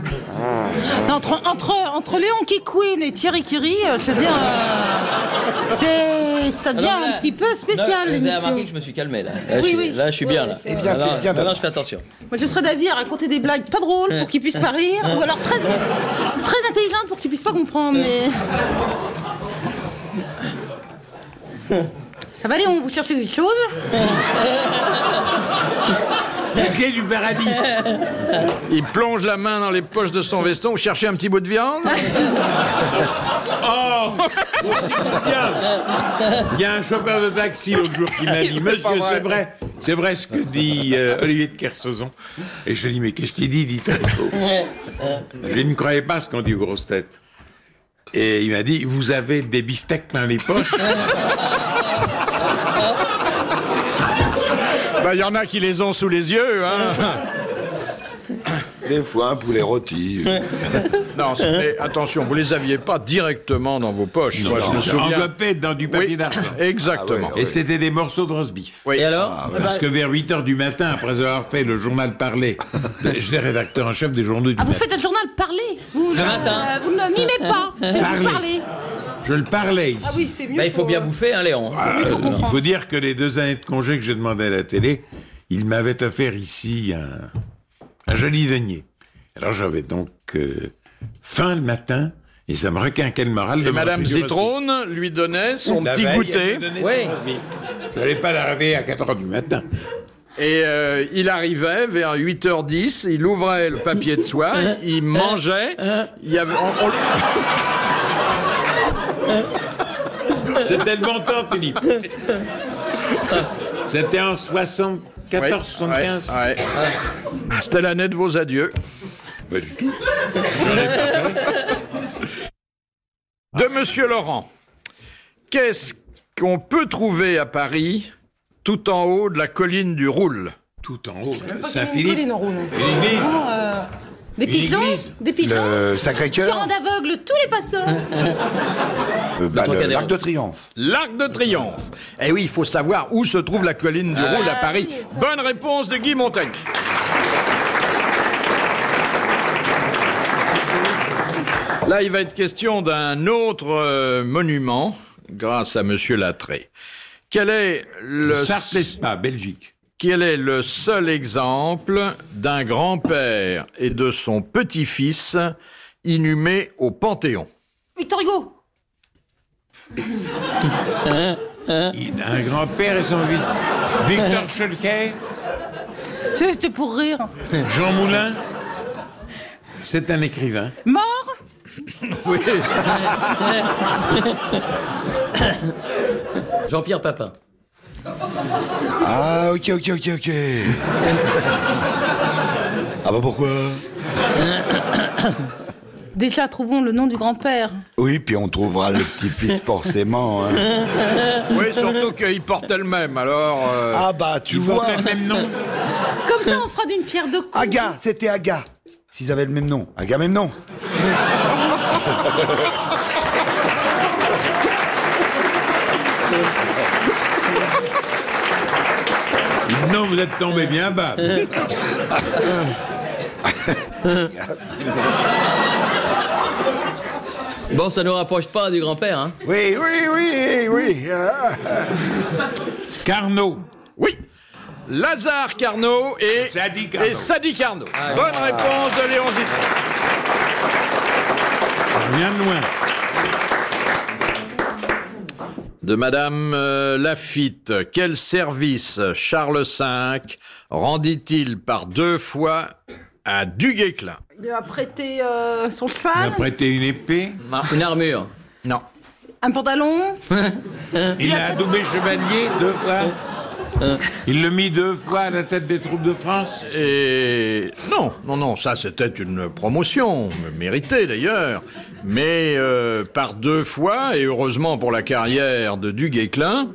S7: Non, Entre, entre, entre Léon Kikwin et Thierry Curie, euh, je veux dire, euh, c'est, ça devient
S6: Alors là-
S7: un petit peu spécial,
S6: Non, Vous avez
S7: l'émission.
S6: remarqué que je me suis calmé là. Là, je,
S7: Oui,
S6: suis-
S7: oui.
S6: là, je suis bien là.
S5: Eh bien, c'est
S6: Non, non,
S5: bien
S6: non, non,
S5: d'avoir-
S6: je fais attention.
S7: Moi, je serais d'avis à raconter des blagues pas drôles pour qu'ils puissent pas rire, ou alors très, très intelligentes pour qu'ils puissent pas comprendre, mais... Ça va, Léon, vous cherchez des choses
S4: La clé du paradis.
S3: Il plonge la main dans les poches de son veston. Vous cherchez un petit bout de viande
S4: Il y a un chauffeur de taxi l'autre jour qui m'a dit Monsieur, c'est vrai, c'est vrai ce que dit euh, Olivier de Kersauzon. Et je lui ai dit Mais qu'est-ce qu'il dit Il dit très chaud. Je ne croyais pas ce qu'on dit aux grosses têtes. Et il m'a dit Vous avez des beefsteaks dans les poches
S3: Bah, il y en a qui les ont sous les yeux, hein.
S5: Des fois, un poulet rôti.
S3: Non, mais attention, vous les aviez pas directement dans vos poches. Moi, je me souviens.
S4: enveloppés dans du papier
S3: Oui,
S4: d'argent.
S3: exactement.
S4: Et c'était des morceaux de roast beef.
S3: Oui.
S6: Et alors Eh ben,
S4: Parce que
S7: Ah,
S4: vers 8 h du matin, après avoir fait le journal parlé, j'étais rédacteur en chef des journaux du
S7: Ah, vous
S4: matin.
S7: faites un journal parler Vous,
S6: Le matin.
S7: euh, vous ne mimez pas, c'est
S4: Parler.
S7: vous parler.
S4: Je le parlais ici.
S7: Ah oui, c'est mieux
S6: bah, il faut
S7: pour,
S6: bien
S7: euh,
S6: bouffer, hein, Léon.
S4: Il faut dire que les deux années de congé que j'ai demandé à la télé, ils m'avaient offert ici un, un joli denier. Alors j'avais donc euh, faim le matin et ça me requinquait le moral. de
S3: Et Madame
S4: manger du
S3: Zitrone lui donnait son
S4: La
S3: petit
S4: veille,
S3: goûter.
S4: elle me donnait
S6: Oui.
S4: son goûter. Je n'allais pas la réveiller à 4 h du matin.
S3: Et euh, il arrivait vers 8h10, il ouvrait le papier de soie, il mangeait. Il y avait, on- on-
S4: C'était le bon temps, Philippe. C'était en 74,
S3: Ouais,
S4: 75.
S3: ouais, ouais. Ah, C'était l'année de vos adieux.
S4: Pas du tout.
S3: De Monsieur Laurent. Qu'est-ce qu'on peut trouver à Paris tout en haut de la colline du Roule
S4: Ah, Tout en haut.
S7: Une
S4: Saint-Philippe.
S7: colline en roule.
S4: Une église.
S7: Vraiment, euh, des
S4: Une
S7: pigeons
S4: église.
S7: Des pigeons
S5: Le
S7: qui
S5: Sacré-Cœur,
S7: rendent aveugles tous les passants.
S5: euh, bah, le-
S6: Trocadéro.
S5: l'Arc de Triomphe.
S3: L'Arc de Triomphe. Eh oui, il faut savoir où se trouve la colline du Roule à Paris.
S7: Ah, oui, ça.
S3: Bonne réponse de Guy Montaigne. Là, il va être question d'un autre euh, monument, grâce à Monsieur Latré. Quel est le,
S4: Sarthe-les-Spa, Belgique.
S3: quel est le seul exemple d'un grand-père et de son petit-fils inhumés au Panthéon
S7: Victor Hugo
S4: Il a un grand-père et son fils. Victor Schulker,
S7: C'était pour rire.
S4: Jean Moulin. C'est un écrivain.
S7: Mort
S6: Jean-Pierre Papin.
S5: Ah, ok, ok, ok, ok. ah bah pourquoi
S7: Déjà, trouvons le nom du grand-père.
S5: Oui, puis on trouvera le petit-fils forcément. hein.
S3: Oui, surtout qu'il porte elle-même, alors... euh,
S5: Ah bah tu
S4: Ils ont
S5: vois.
S4: le même nom.
S7: Comme ça, on fera d'une pierre deux coups.
S5: Aga, c'était Aga. S'ils avaient le même nom. Aga, même nom.
S4: Non, vous êtes tombé bien bas.
S6: Bon, ça ne nous rapproche pas du grand-père, hein.
S5: Oui, oui, oui, oui. ah.
S4: Carnot.
S3: Oui. Lazare Carnot et
S4: Sadi Carnot. Ah
S3: et Sadi Carnot. Bonne réponse de Léon Zitrone.
S4: Bien de loin.
S3: De Madame euh, Lafitte, quel service Charles V rendit-il par deux fois à Duguesclin
S7: Il lui a prêté euh, son
S4: Il a
S7: cheval,
S4: prêté une épée.
S6: Une armure.
S3: Non.
S7: un pantalon.
S4: Il a Euh. adoubé chevalier deux fois. Il le mit deux fois à la tête des troupes de France.
S3: Et non, non, non, ça c'était une promotion, méritée d'ailleurs, mais euh, par deux fois, et heureusement pour la carrière de Duguesclin,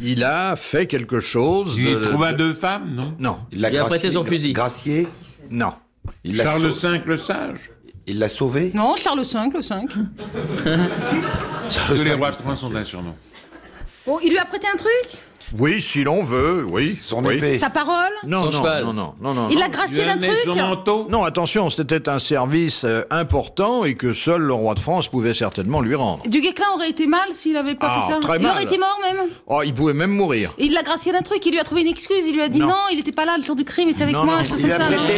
S3: il a fait quelque chose.
S4: Il
S3: de-
S4: trouva
S3: de-
S4: deux femmes, non
S3: Non,
S5: l'a
S6: Il a
S5: gracié-
S6: prêté son fusil.
S5: Gracié.
S3: non.
S5: Il l'a
S4: Charles
S5: sau-
S4: V le sage.
S5: il l'a sauvé.
S7: Non, Charles V, le 5.
S4: Tous les rois de France ont un surnom.
S7: Bon, il lui a prêté un truc
S3: Oui, si l'on veut, oui.
S5: Son
S3: oui.
S5: épée.
S7: Sa parole
S3: Eh. Non,
S6: Son
S3: non,
S6: cheval.
S3: non, non, non, non,
S7: Il
S3: non.
S7: l'a gracié d'un
S4: Lionel,
S7: truc
S4: son manteau.
S3: Non, attention, c'était un service euh, important et que seul le roi de France pouvait certainement lui rendre.
S7: Du Guesclin aurait été mal s'il avait pas
S3: Ah,
S7: fait ça.
S3: très
S7: il
S3: mal.
S7: aurait été mort même.
S3: Oh, il pouvait même mourir.
S7: Et il l'a gracié d'un truc, il lui a trouvé une excuse, il lui a dit non,
S3: Non.
S7: il n'était pas là le jour du crime, il était avec
S3: Non,
S7: moi,
S3: non,
S7: je
S5: Il a
S7: ça. non
S5: prêté,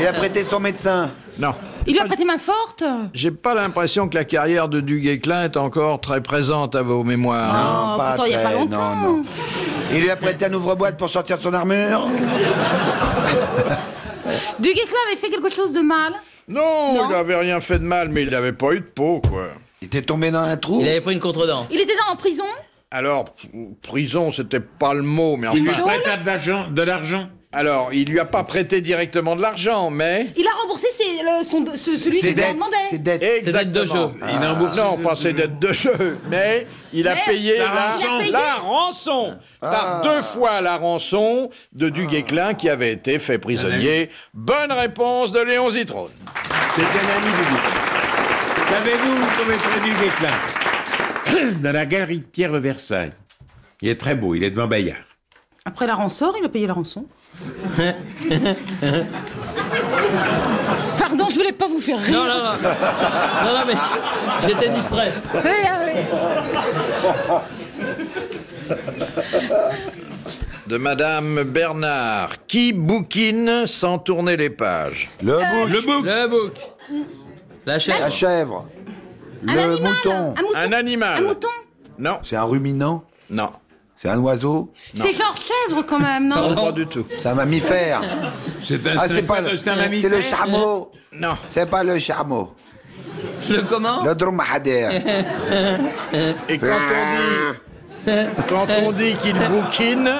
S5: il a prêté son médecin.
S3: Non.
S7: Il lui a prêté main forte.
S3: J'ai pas l'impression que la carrière de Du Guesclin est encore très présente à vos mémoires.
S7: Oh, pourtant, il y a pas
S5: très,
S7: longtemps.
S5: non, non. Il lui a prêté un ouvre-boîte pour sortir de son armure.
S7: Du Guesclin avait fait quelque chose de mal.
S3: Non,
S7: Non.
S3: il n'avait rien fait de mal, mais il n'avait pas eu de peau, quoi.
S5: Il était tombé dans un trou.
S6: Il avait pris une contredanse.
S7: Il était en prison.
S3: Alors, p- prison, c'était pas le mot, mais
S4: Il lui
S3: enfin...
S4: prête à de l'argent- de l'argent.
S3: Alors, il lui a pas prêté directement de l'argent, mais...
S7: Il a remboursé ses- le- son, ce- celui qui lui en
S5: Ses
S7: demandait.
S5: dettes.
S6: Ses dettes de jeu.
S3: Il n'a Ah. Non, pas ses dettes de jeu, mais il a
S7: Mais
S3: payé
S7: la
S3: la,
S7: rançon. Il a payé.
S3: la rançon. Par deux fois la rançon de Du Guesclin qui avait été fait prisonnier. Bonne réponse de Léon Zitrone.
S4: C'est un ami de lui. Savez-vous où trouver Frédéric Guesclin Dans la galerie de Pierre de Versailles. Il est très beau, il est devant Bayard.
S7: Après la rançon, il a payé la rançon. Pardon, je voulais pas vous faire rire.
S6: Non, non, non. Non, non, mais j'étais distrait.
S7: Eh, ah, oui.
S3: De Madame Bernard. Qui bouquine sans tourner les pages
S5: Le bouc,
S4: Le bouc
S6: Le bouc. La
S5: la
S6: chèvre.
S5: chèvre,
S7: Un
S5: le
S7: animal,
S5: mouton.
S7: Un mouton.
S3: Un animal.
S7: Un mouton.
S3: Non,
S5: C'est un ruminant,
S3: non,
S5: c'est un oiseau,
S7: C'est genre chèvre quand même, non
S6: Pardon.
S3: pas du tout.
S5: c'est un mammifère.
S4: C'est un,
S5: Ah,
S4: c'est
S5: c'est
S4: un-
S5: pas le,
S4: c'est un ami.
S5: c'est le chameau.
S3: Non,
S5: C'est pas le chameau.
S6: Le comment
S5: Le dromadaire.
S3: et quand on dit, quand on dit qu'il bouquine,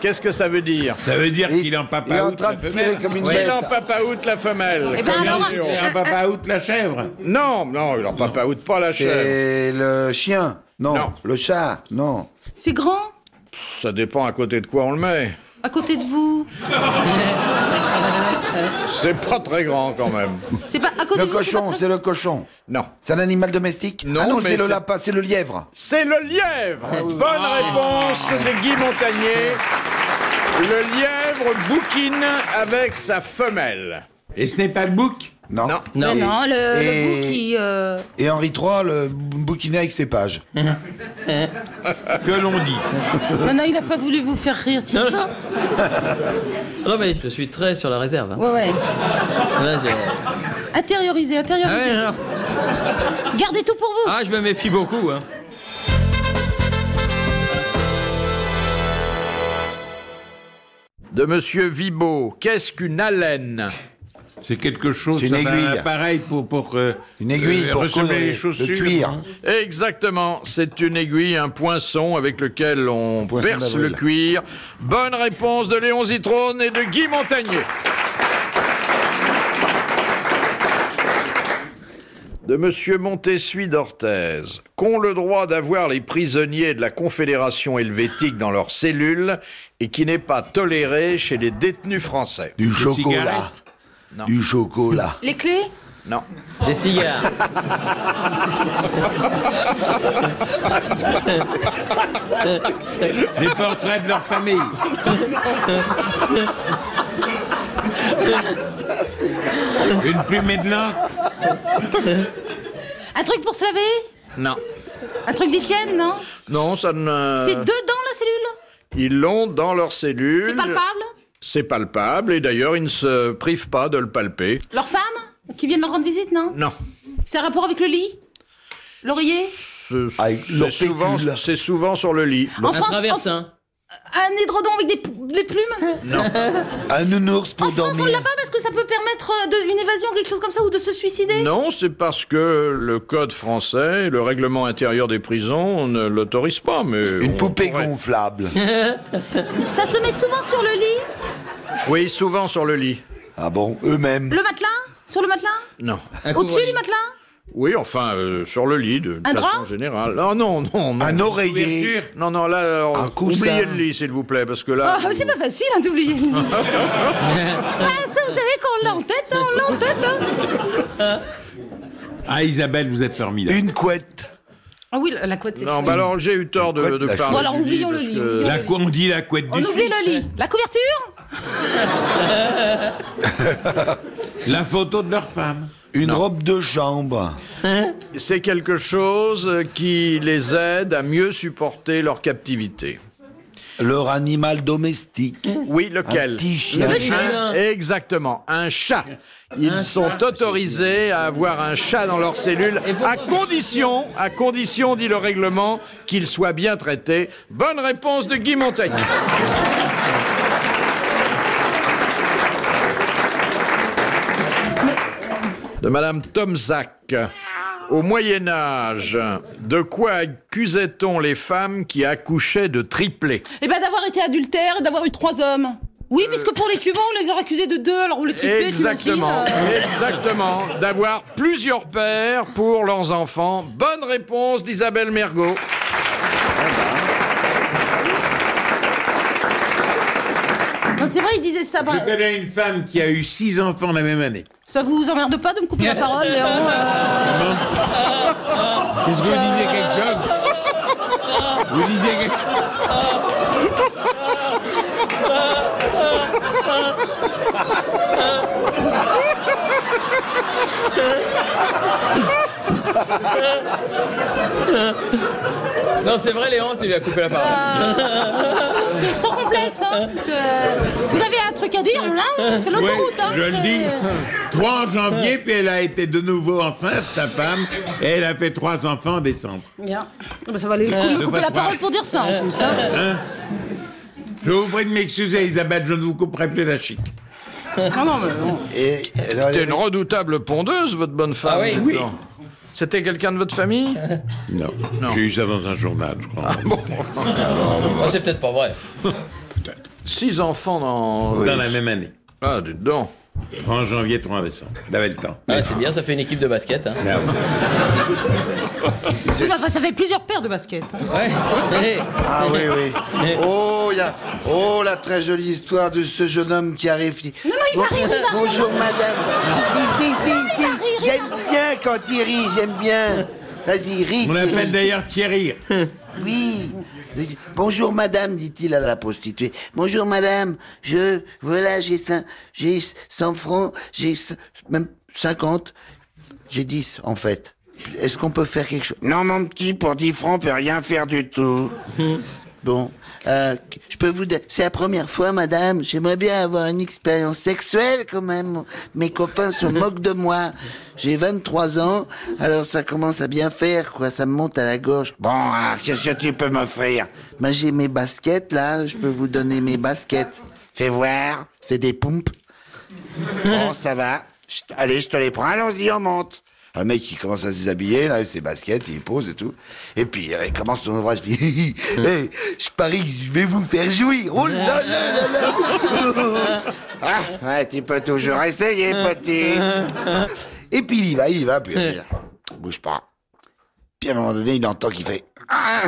S3: qu'est-ce que ça veut dire
S4: Ça veut dire
S5: Il,
S4: qu'il est en papa
S5: il est en
S4: out,
S5: train
S4: la
S5: de
S4: femelle.
S5: tirer comme une
S3: Il
S5: bête.
S3: en papaoute la femelle.
S7: Eh ben
S3: comme
S7: alors,
S3: il dit.
S4: Il est en papa out la chèvre.
S3: Non, non, il en papaoute pas la chèvre.
S5: C'est le chien. Non.
S3: Non.
S5: Le chat. Non.
S7: C'est grand.
S3: Ça dépend à côté de quoi on le met.
S7: À côté de vous.
S3: C'est pas très grand quand même.
S7: C'est pas à côté
S5: Le
S7: de vous, c'est pas
S5: cochon,
S7: très-
S5: c'est le cochon.
S3: Non.
S5: C'est un animal domestique
S3: Non,
S5: Ah non,
S3: mais
S5: c'est le
S3: c'est-
S5: lapin, c'est le lièvre.
S3: C'est le lièvre. Bonne réponse de Guy Montagnier. Le lièvre bouquine avec sa femelle.
S4: Et ce n'est pas le bouc
S5: Non.
S3: Non.
S6: Non.
S7: Mais non, le, le
S5: Et-
S7: bout qui. euh,
S5: Et Henri III, le bouquinet avec ses pages.
S4: que l'on dit.
S7: Non, non, il a pas voulu vous faire rire, tiens.
S6: Non, non. Non, mais je suis très sur la réserve. hein.
S7: Ouais, ouais.
S6: Là, j'ai-
S7: Intériorisé,
S6: ah,
S7: intériorisé.
S6: ouais, non.
S7: Gardez tout pour vous.
S6: ah, je me méfie beaucoup. Hein.
S3: De Monsieur Vibo. Qu'est-ce qu'une haleine
S4: C'est quelque chose,
S5: C'est une
S4: ça va,
S5: aiguille.
S4: un appareil pour, pour euh,
S5: Une aiguille
S4: euh,
S5: pour
S4: ressembler
S5: coudre
S4: les
S5: les-
S4: chaussures.
S5: le cuir.
S3: Exactement. C'est une aiguille, un poinçon avec lequel on
S5: Poinçon
S3: perce
S5: d'avril.
S3: le cuir. Bonne réponse de Léon Zitrone et de Guy Montagnier. de M. Montessuie d'Orthez, qu'ont le droit d'avoir les prisonniers de la Confédération helvétique dans leurs cellules et qui n'est pas toléré chez les détenus français.
S5: Du chocolat.
S4: cigarettes.
S3: Non.
S5: Du chocolat.
S7: Les clés
S3: Non.
S6: Des cigares.
S4: Les portraits de leur famille. Une plumée de lin
S7: Un truc pour se laver
S3: Non.
S7: Un truc des chiennes, non
S3: Non, ça ne...
S7: C'est dedans la cellule
S3: Ils l'ont dans leurs cellules.
S7: C'est palpable
S3: C'est palpable et d'ailleurs ils ne se privent pas de le palper.
S7: Leurs femmes Qui viennent leur rendre visite, non
S3: Non.
S7: C'est un rapport avec le lit L'oreiller
S3: Ce-
S5: Avec
S3: C'est
S5: Ah, leur
S3: souvent,
S5: pécule.
S3: c'est souvent sur le lit.
S7: En
S6: Un
S7: France, en-
S6: traversin.
S7: un édredon avec des, p- des plumes
S5: Un nounours pour
S7: En France, on
S5: dormir.
S7: l'a pas parce que Ah, ça peut permettre euh, de- une évasion, quelque chose comme ça, ou de se suicider
S3: Non, c'est parce que le code français, le règlement intérieur des prisons ne l'autorise pas. Mais
S4: Oh,
S5: Une
S3: on
S5: poupée
S3: pourrait.
S5: gonflable.
S7: Ça se met souvent sur le lit
S3: Oui, souvent sur le lit.
S5: Ah bon, eux-mêmes.
S7: Le matelas Sur le matelas
S3: Non.
S6: un
S7: Au-dessus du
S6: couvre-lit.
S7: matelas
S3: Oui, enfin, euh, sur le lit, de
S7: Un
S3: façon
S7: drap
S3: générale. Ah, Non, non, non, non.
S5: Un oreiller.
S4: ouverture.
S3: non, non, là, alors,
S5: Un coussin.
S3: oubliez le lit, s'il vous plaît, parce que là...
S7: Ah, c'est pas facile hein, d'oublier le lit. ah, ça, vous savez qu'on l'a en tête, hein, on l'a en tête. hein.
S4: Ah, Isabelle, vous êtes formidable.
S5: Une couette.
S7: Ah oui, la la couette, c'est
S3: Non, bah alors j'ai eu tort de,
S5: Quoi,
S3: de
S5: la
S3: parler.
S7: Bon, alors,
S3: du
S7: oublions
S3: parce
S7: le lit,
S3: que-
S7: oublions
S4: La cou- on dit la couette
S7: On
S4: du
S7: oublie
S4: Suisse.
S7: le lit. La couverture
S4: La photo de leur femme.
S5: Une robe de chambre.
S3: C'est quelque chose euh, qui les aide à mieux supporter leur captivité.
S5: Leur animal domestique.
S3: Oui, lequel
S5: Un petit chien.
S7: Le chien.
S3: Un- Exactement, un chat. Ils sont autorisés à avoir un chat dans leur cellule, à condition, à condition, dit le règlement, qu'il soit bien traité. Bonne réponse de Guy Montaigne. de Madame Tomzac. Au Moyen Âge, de quoi accusait-on les femmes qui accouchaient de triplés
S7: Eh ben d'avoir été adultère et d'avoir eu trois hommes. Oui, puisque pour les Cubains, on les a accusés de deux, alors on les triplés,
S3: Exactement,
S7: tu m'en
S3: exactement. D'avoir plusieurs pères pour leurs enfants. Bonne réponse d'Isabelle Mergot.
S7: Non, c'est vrai, ils disaient ça. bah,
S4: Je connais une femme qui a eu six enfants la même année.
S7: Ça vous emmerde pas de me couper la parole, Léon euh,
S4: Qu'est-ce que vous disiez quelque chose Vous disiez quelque chose
S6: Non, c'est vrai, Léon, tu lui as coupé la parole.
S7: euh, C'est sans complexe, hein C'est- Vous avez un truc à dire, là C'est l'autoroute, hein
S4: Je le
S7: c'est-
S4: dis. Trois en janvier, puis elle a été de nouveau enceinte, ta femme, et elle a fait trois enfants en décembre.
S7: Bien. Ah bah, ça va aller me
S4: Le
S7: couper la
S4: patois.
S7: parole pour dire ça, en plus. hein.
S4: Je vous prie de m'excuser, Isabelle, je ne vous couperai plus la chic.
S7: Non, non, mais bon.
S5: Et, alors,
S3: C'était une redoutable pondeuse, votre bonne femme.
S6: Ah oui.
S3: dis donc. C'était quelqu'un de votre famille
S4: Non. Ah J'ai eu ça dans un journal, je crois.
S6: Oh, c'est peut-être pas vrai.
S3: Six enfants dans...
S4: Dans la même année.
S3: Ah, dis donc.
S4: Trois en janvier, trois en décembre. Elle avait le temps.
S6: Ah, c'est bien, ça fait une équipe de basket. Hein.
S4: Ah
S7: Oui, mais enfin, ça fait plusieurs paires de baskets. hein.
S6: Ouais. Eh,
S5: Ah oui, oui. Oh, il y a- oh, la très jolie histoire de ce jeune homme qui arrive. qui-
S7: non, il va rire, il va rire.
S5: Bonjour, madame. Si, si, si, si.
S7: rire, il
S5: J'aime bien quand il rit, j'aime bien. Vas-y, ris.
S4: On
S5: Thierry.
S4: l'appelle d'ailleurs Thierry.
S5: Oui. Bonjour madame, dit-il à la prostituée. Bonjour madame, je, voilà, j'ai cin- j'ai 100 francs, j'ai c- même 50, j'ai 10 en fait. Est-ce qu'on peut faire quelque chose Non mon petit, pour 10 francs, on peut rien faire du tout. Bon, euh, je peux vous dire, c'est la première fois, madame, j'aimerais bien avoir une expérience sexuelle quand même. Mes copains se moquent de moi. J'ai 23 ans, alors ça commence à bien faire, quoi, ça me monte à la gorge. Bon, ah, qu'est-ce que tu peux m'offrir Bah j'ai mes baskets, là, je peux vous donner mes baskets. Fais voir, c'est des pompes. Bon, ça va. Chut, allez, je te les prends. Allons-y, on monte. Un mec qui commence à se déshabiller, là, avec ses baskets, il pose et tout. Et puis, euh, il commence son ouvrage. Il dit, Hey, je parie que je vais vous faire jouir. Oh là là là là. ah, ouais, tu peux toujours essayer, petit. Et puis, il y va, il y va. Puis, euh, bouge pas. Puis à un moment donné, il entend qu'il fait ah,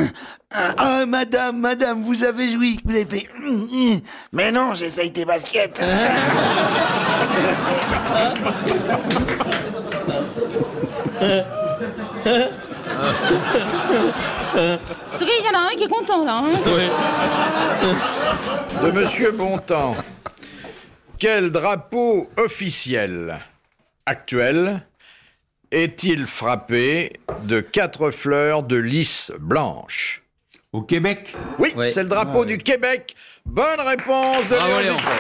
S5: ah, ah, madame, madame, vous avez joui, vous avez fait. hum, hum. Mais non, j'essaye tes baskets.
S7: En tout cas, il y en a un qui est content, là. hein.
S3: De Monsieur Bontemps. Quel drapeau officiel actuel est-il frappé de quatre fleurs de lys blanche
S4: Au Québec
S3: Oui,
S6: Oui.
S3: c'est le drapeau du Québec. Bonne réponse de
S6: Bravo, Léon.
S3: Dupré.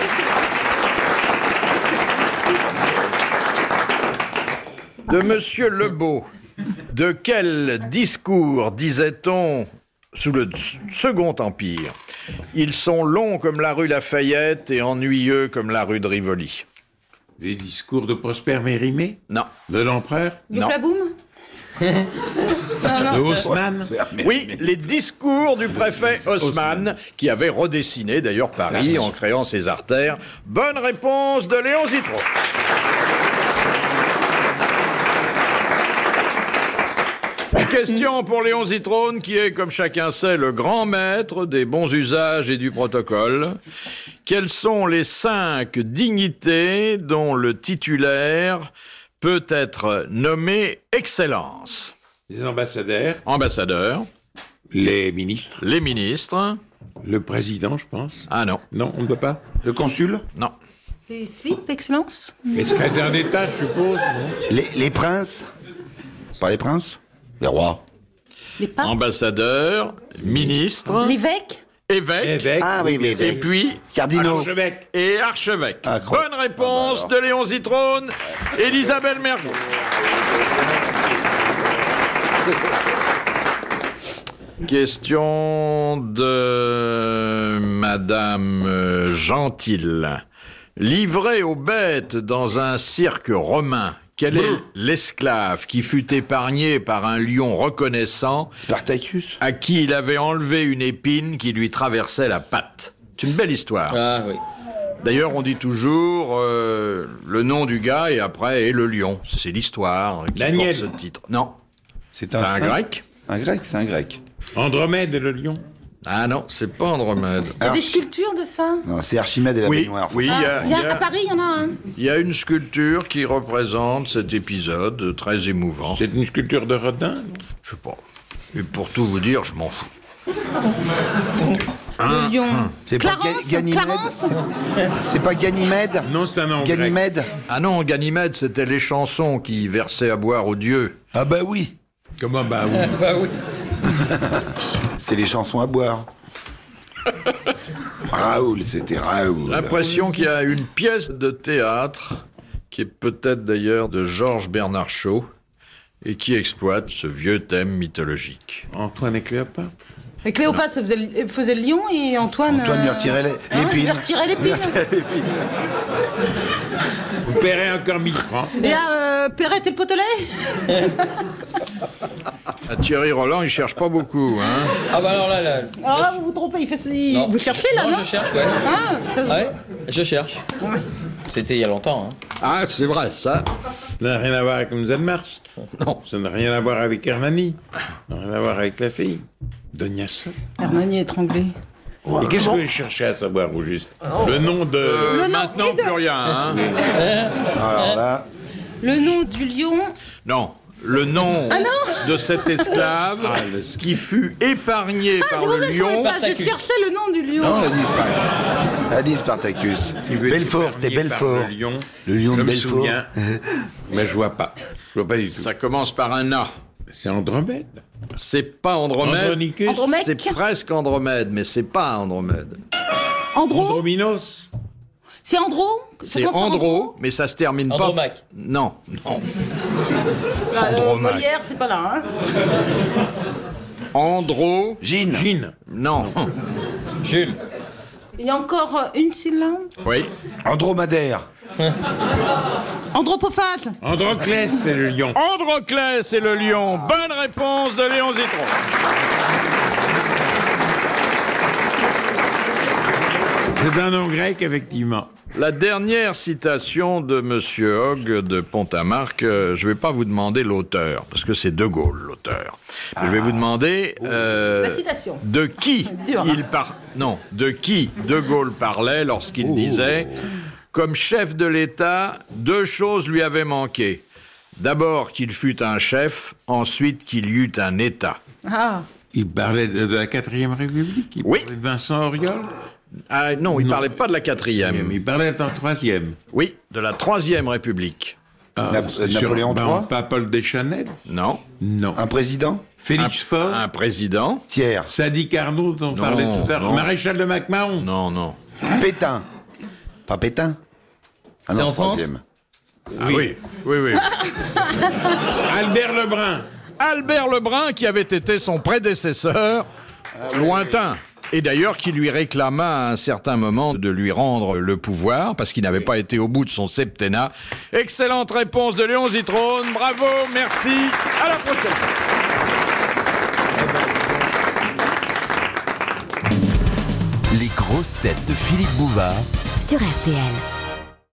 S3: de Monsieur Lebeau. De quel discours disait-on sous le s- Second Empire Ils sont longs comme la rue Lafayette et ennuyeux comme la rue de Rivoli.
S4: Des discours de Prosper Mérimée
S3: Non.
S4: De l'empereur
S7: Du
S3: Non.
S7: plaboum
S4: De Haussmann
S3: Oui, les discours du préfet Haussmann, qui avait redessiné d'ailleurs Paris en créant ses artères. Bonne réponse de Léon Zitron. Une Question pour Léon Zitrone, qui est, comme chacun sait, le grand maître des bons usages et du protocole. Quelles sont les cinq dignités dont le titulaire peut être nommé Excellence
S4: Les ambassadeurs,
S3: Ambassadeurs,
S4: les ministres,
S3: les ministres.
S4: le président, je pense.
S3: Ah non,
S4: Non, on ne peut pas.
S5: Le consul
S3: non.
S7: Les slips, excellence
S4: Les secrétaires d'État, je suppose. non
S5: les, les princes Pas les princes Les rois.
S7: Les papes
S3: Ambassadeurs, ministres,
S7: L'évêque
S3: évêques,
S4: Évêque,
S5: Ah oui, oui,
S3: et
S5: oui.
S3: puis
S5: Cardinaux.
S4: archevêque.
S3: et archevêque.
S5: Ah, cro-
S3: Bonne réponse de Léon Zitrone et d'Isabelle Mergo. Question de Madame euh, Gentil. Livré aux bêtes dans un cirque romain, quel est l'esclave qui fut épargné par un lion reconnaissant
S5: Spartacus
S3: à qui il avait enlevé une épine qui lui traversait la patte C'est une belle histoire.
S6: Ah oui.
S3: D'ailleurs, on dit toujours euh, le nom du gars et après et le lion. C'est l'histoire qui
S4: Daniel.
S3: porte ce titre. Non,
S5: C'est
S3: c'est
S5: un,
S3: un
S5: saint
S3: grec.
S5: Un grec, c'est un grec.
S4: Andromède, le lion.
S3: Ah non, c'est pas Andromède.
S7: Des
S5: Arch-
S7: sculptures de ça
S5: Non, c'est Archimède et la
S3: Oui,
S5: baignoire.
S3: oui, il y a-
S7: Ah,
S3: il y,
S7: À
S3: a-
S7: Paris, il y en a un.
S3: il y a une sculpture qui représente cet épisode très émouvant.
S4: C'est une sculpture de Rodin. non
S3: Je sais pas. Et pour tout vous dire, je m'en fous.
S6: Ah,
S7: le lion.
S5: C'est pas
S7: Clarence,
S5: Ga- Ganymède
S7: Clarence
S5: C'est- C'est pas Ganymède
S4: Non, c'est un nom grec.
S5: Ganymède
S3: Ah non, Ganymède, c'était les chansons qui versaient à boire aux dieux.
S5: Ah bah oui
S4: Comment bah oui.
S6: Bah oui.
S5: C'est les chansons à boire. Raoul, c'était Raoul.
S3: L'impression qu'il y a une pièce de théâtre, qui est peut-être d'ailleurs de Georges Bernard Shaw, et qui exploite ce vieux thème mythologique.
S4: Antoine et Cléopâtre.
S7: Et Cléopâtre, ça faisait, le- faisait le lion et Antoine.
S5: Antoine lui retirait l'é-
S7: hein,
S5: l'épine.
S7: lui retirait l'épine.
S4: Vous paierez encore 1000 francs.
S7: Et à euh, Perrette et le potelet
S3: Ah, Thierry Roland, il cherche pas beaucoup, hein
S6: Ah bah alors là, là.
S7: Alors là, vous vous trompez, il fait, il-
S6: Non.
S7: vous cherchez là, non,
S6: Non, je cherche, ouais.
S7: Ah, ça se voit.
S6: Ouais, je cherche. C'était il y a longtemps. Hein.
S3: Ah, c'est vrai, ça.
S4: Ça n'a rien à voir avec Mlle Mars.
S3: Non.
S4: Ça n'a rien à voir avec Hernani. Ça n'a rien à voir avec la fille. Donia Sol.
S7: Hernani étranglé.
S4: Et qu'est-ce que vous cherchez à savoir, au juste Le nom de...
S3: Euh,
S7: Le nom
S3: maintenant,
S7: et de-
S3: plus rien, hein
S5: Alors là,
S7: Le nom du Ah, lion.
S3: Non, le nom
S7: Ah,
S3: de cet esclave qui fut épargné
S7: Ah,
S3: par
S7: vous
S3: le
S7: ne trouvez
S3: lion.
S7: pas, je
S6: Spartacus.
S7: cherchais le nom du lion.
S5: non, elle dit Spartacus. Elle dit Spartacus.
S4: qui veut être
S5: Belfort, c'était
S4: épargné par
S5: Belfort.
S4: Le lion.
S5: Le lion
S4: je
S5: de
S4: me
S5: Belfort.
S4: souviens, mais je vois pas. Je vois pas du tout.
S3: Ça commence par un A.
S4: C'est Andromède.
S3: C'est pas Andromède.
S4: Andronicus.
S7: Andromède.
S3: C'est presque Andromède, mais c'est pas Andromède.
S5: Oh
S7: Andro
S4: Androminos.
S7: C'est Andro
S3: C'est Andro, mais ça se termine
S6: Andromaque.
S3: pas. Non, non.
S7: Andromaque. Molière, c'est pas là. Hein.
S3: Andro,
S5: Jean.
S4: Jean.
S3: non.
S6: Jules.
S7: Il y a encore euh, une syllabe.
S3: Oui.
S5: Andromadaire.
S7: Andropophage.
S4: Androclès, c'est le lion.
S3: Androclès et le lion. Bonne réponse de Léon Zitron.
S4: C'est un nom grec, effectivement.
S3: La dernière citation de Monsieur Hogg de Pont-à-Marc, euh, je ne vais pas vous demander l'auteur, parce que c'est De Gaulle l'auteur. Mais Je vais vous demander euh,
S7: La citation.
S3: de qui
S7: Dur, hein.
S3: il par... non, de qui De Gaulle parlait lorsqu'il disait comme chef de l'État, deux choses lui avaient manqué. D'abord qu'il fût un chef, ensuite qu'il y eut un État.
S7: Ah.
S4: Il parlait de, de la quatrième République. Il
S3: Oui.
S4: parlait de Vincent Auriol.
S3: Ah non, il ne parlait pas de la quatrième.
S4: Il parlait de la troisième.
S3: Oui, de la troisième République.
S4: Ah,
S5: Nap- euh,
S4: c'est
S5: Napoléon Ah.
S4: sûrement
S5: III.
S4: Pas Paul Deschanel.
S3: Non.
S4: Non.
S5: Un président
S4: Félix
S5: Ah.
S4: Faure.
S3: Un président.
S5: Thiers.
S4: Sadi Carnot, dont on
S3: Non,
S4: parlait tout à l'heure.
S3: non.
S4: Maréchal de MacMahon.
S3: Non, non.
S5: Pétain. Pas Pétain. Ah
S6: C'est
S5: non,
S6: en France
S5: troisième.
S3: Ah oui, oui, oui.
S4: Albert Lebrun.
S3: Albert Lebrun, qui avait été son prédécesseur lointain. Et d'ailleurs, qui lui réclama à un certain moment de lui rendre le pouvoir, parce qu'il n'avait pas été au bout de son septennat. Excellente réponse de Léon Zitrone. Bravo, merci. À la prochaine.
S1: Les grosses têtes de Philippe Bouvard
S10: sur RTL.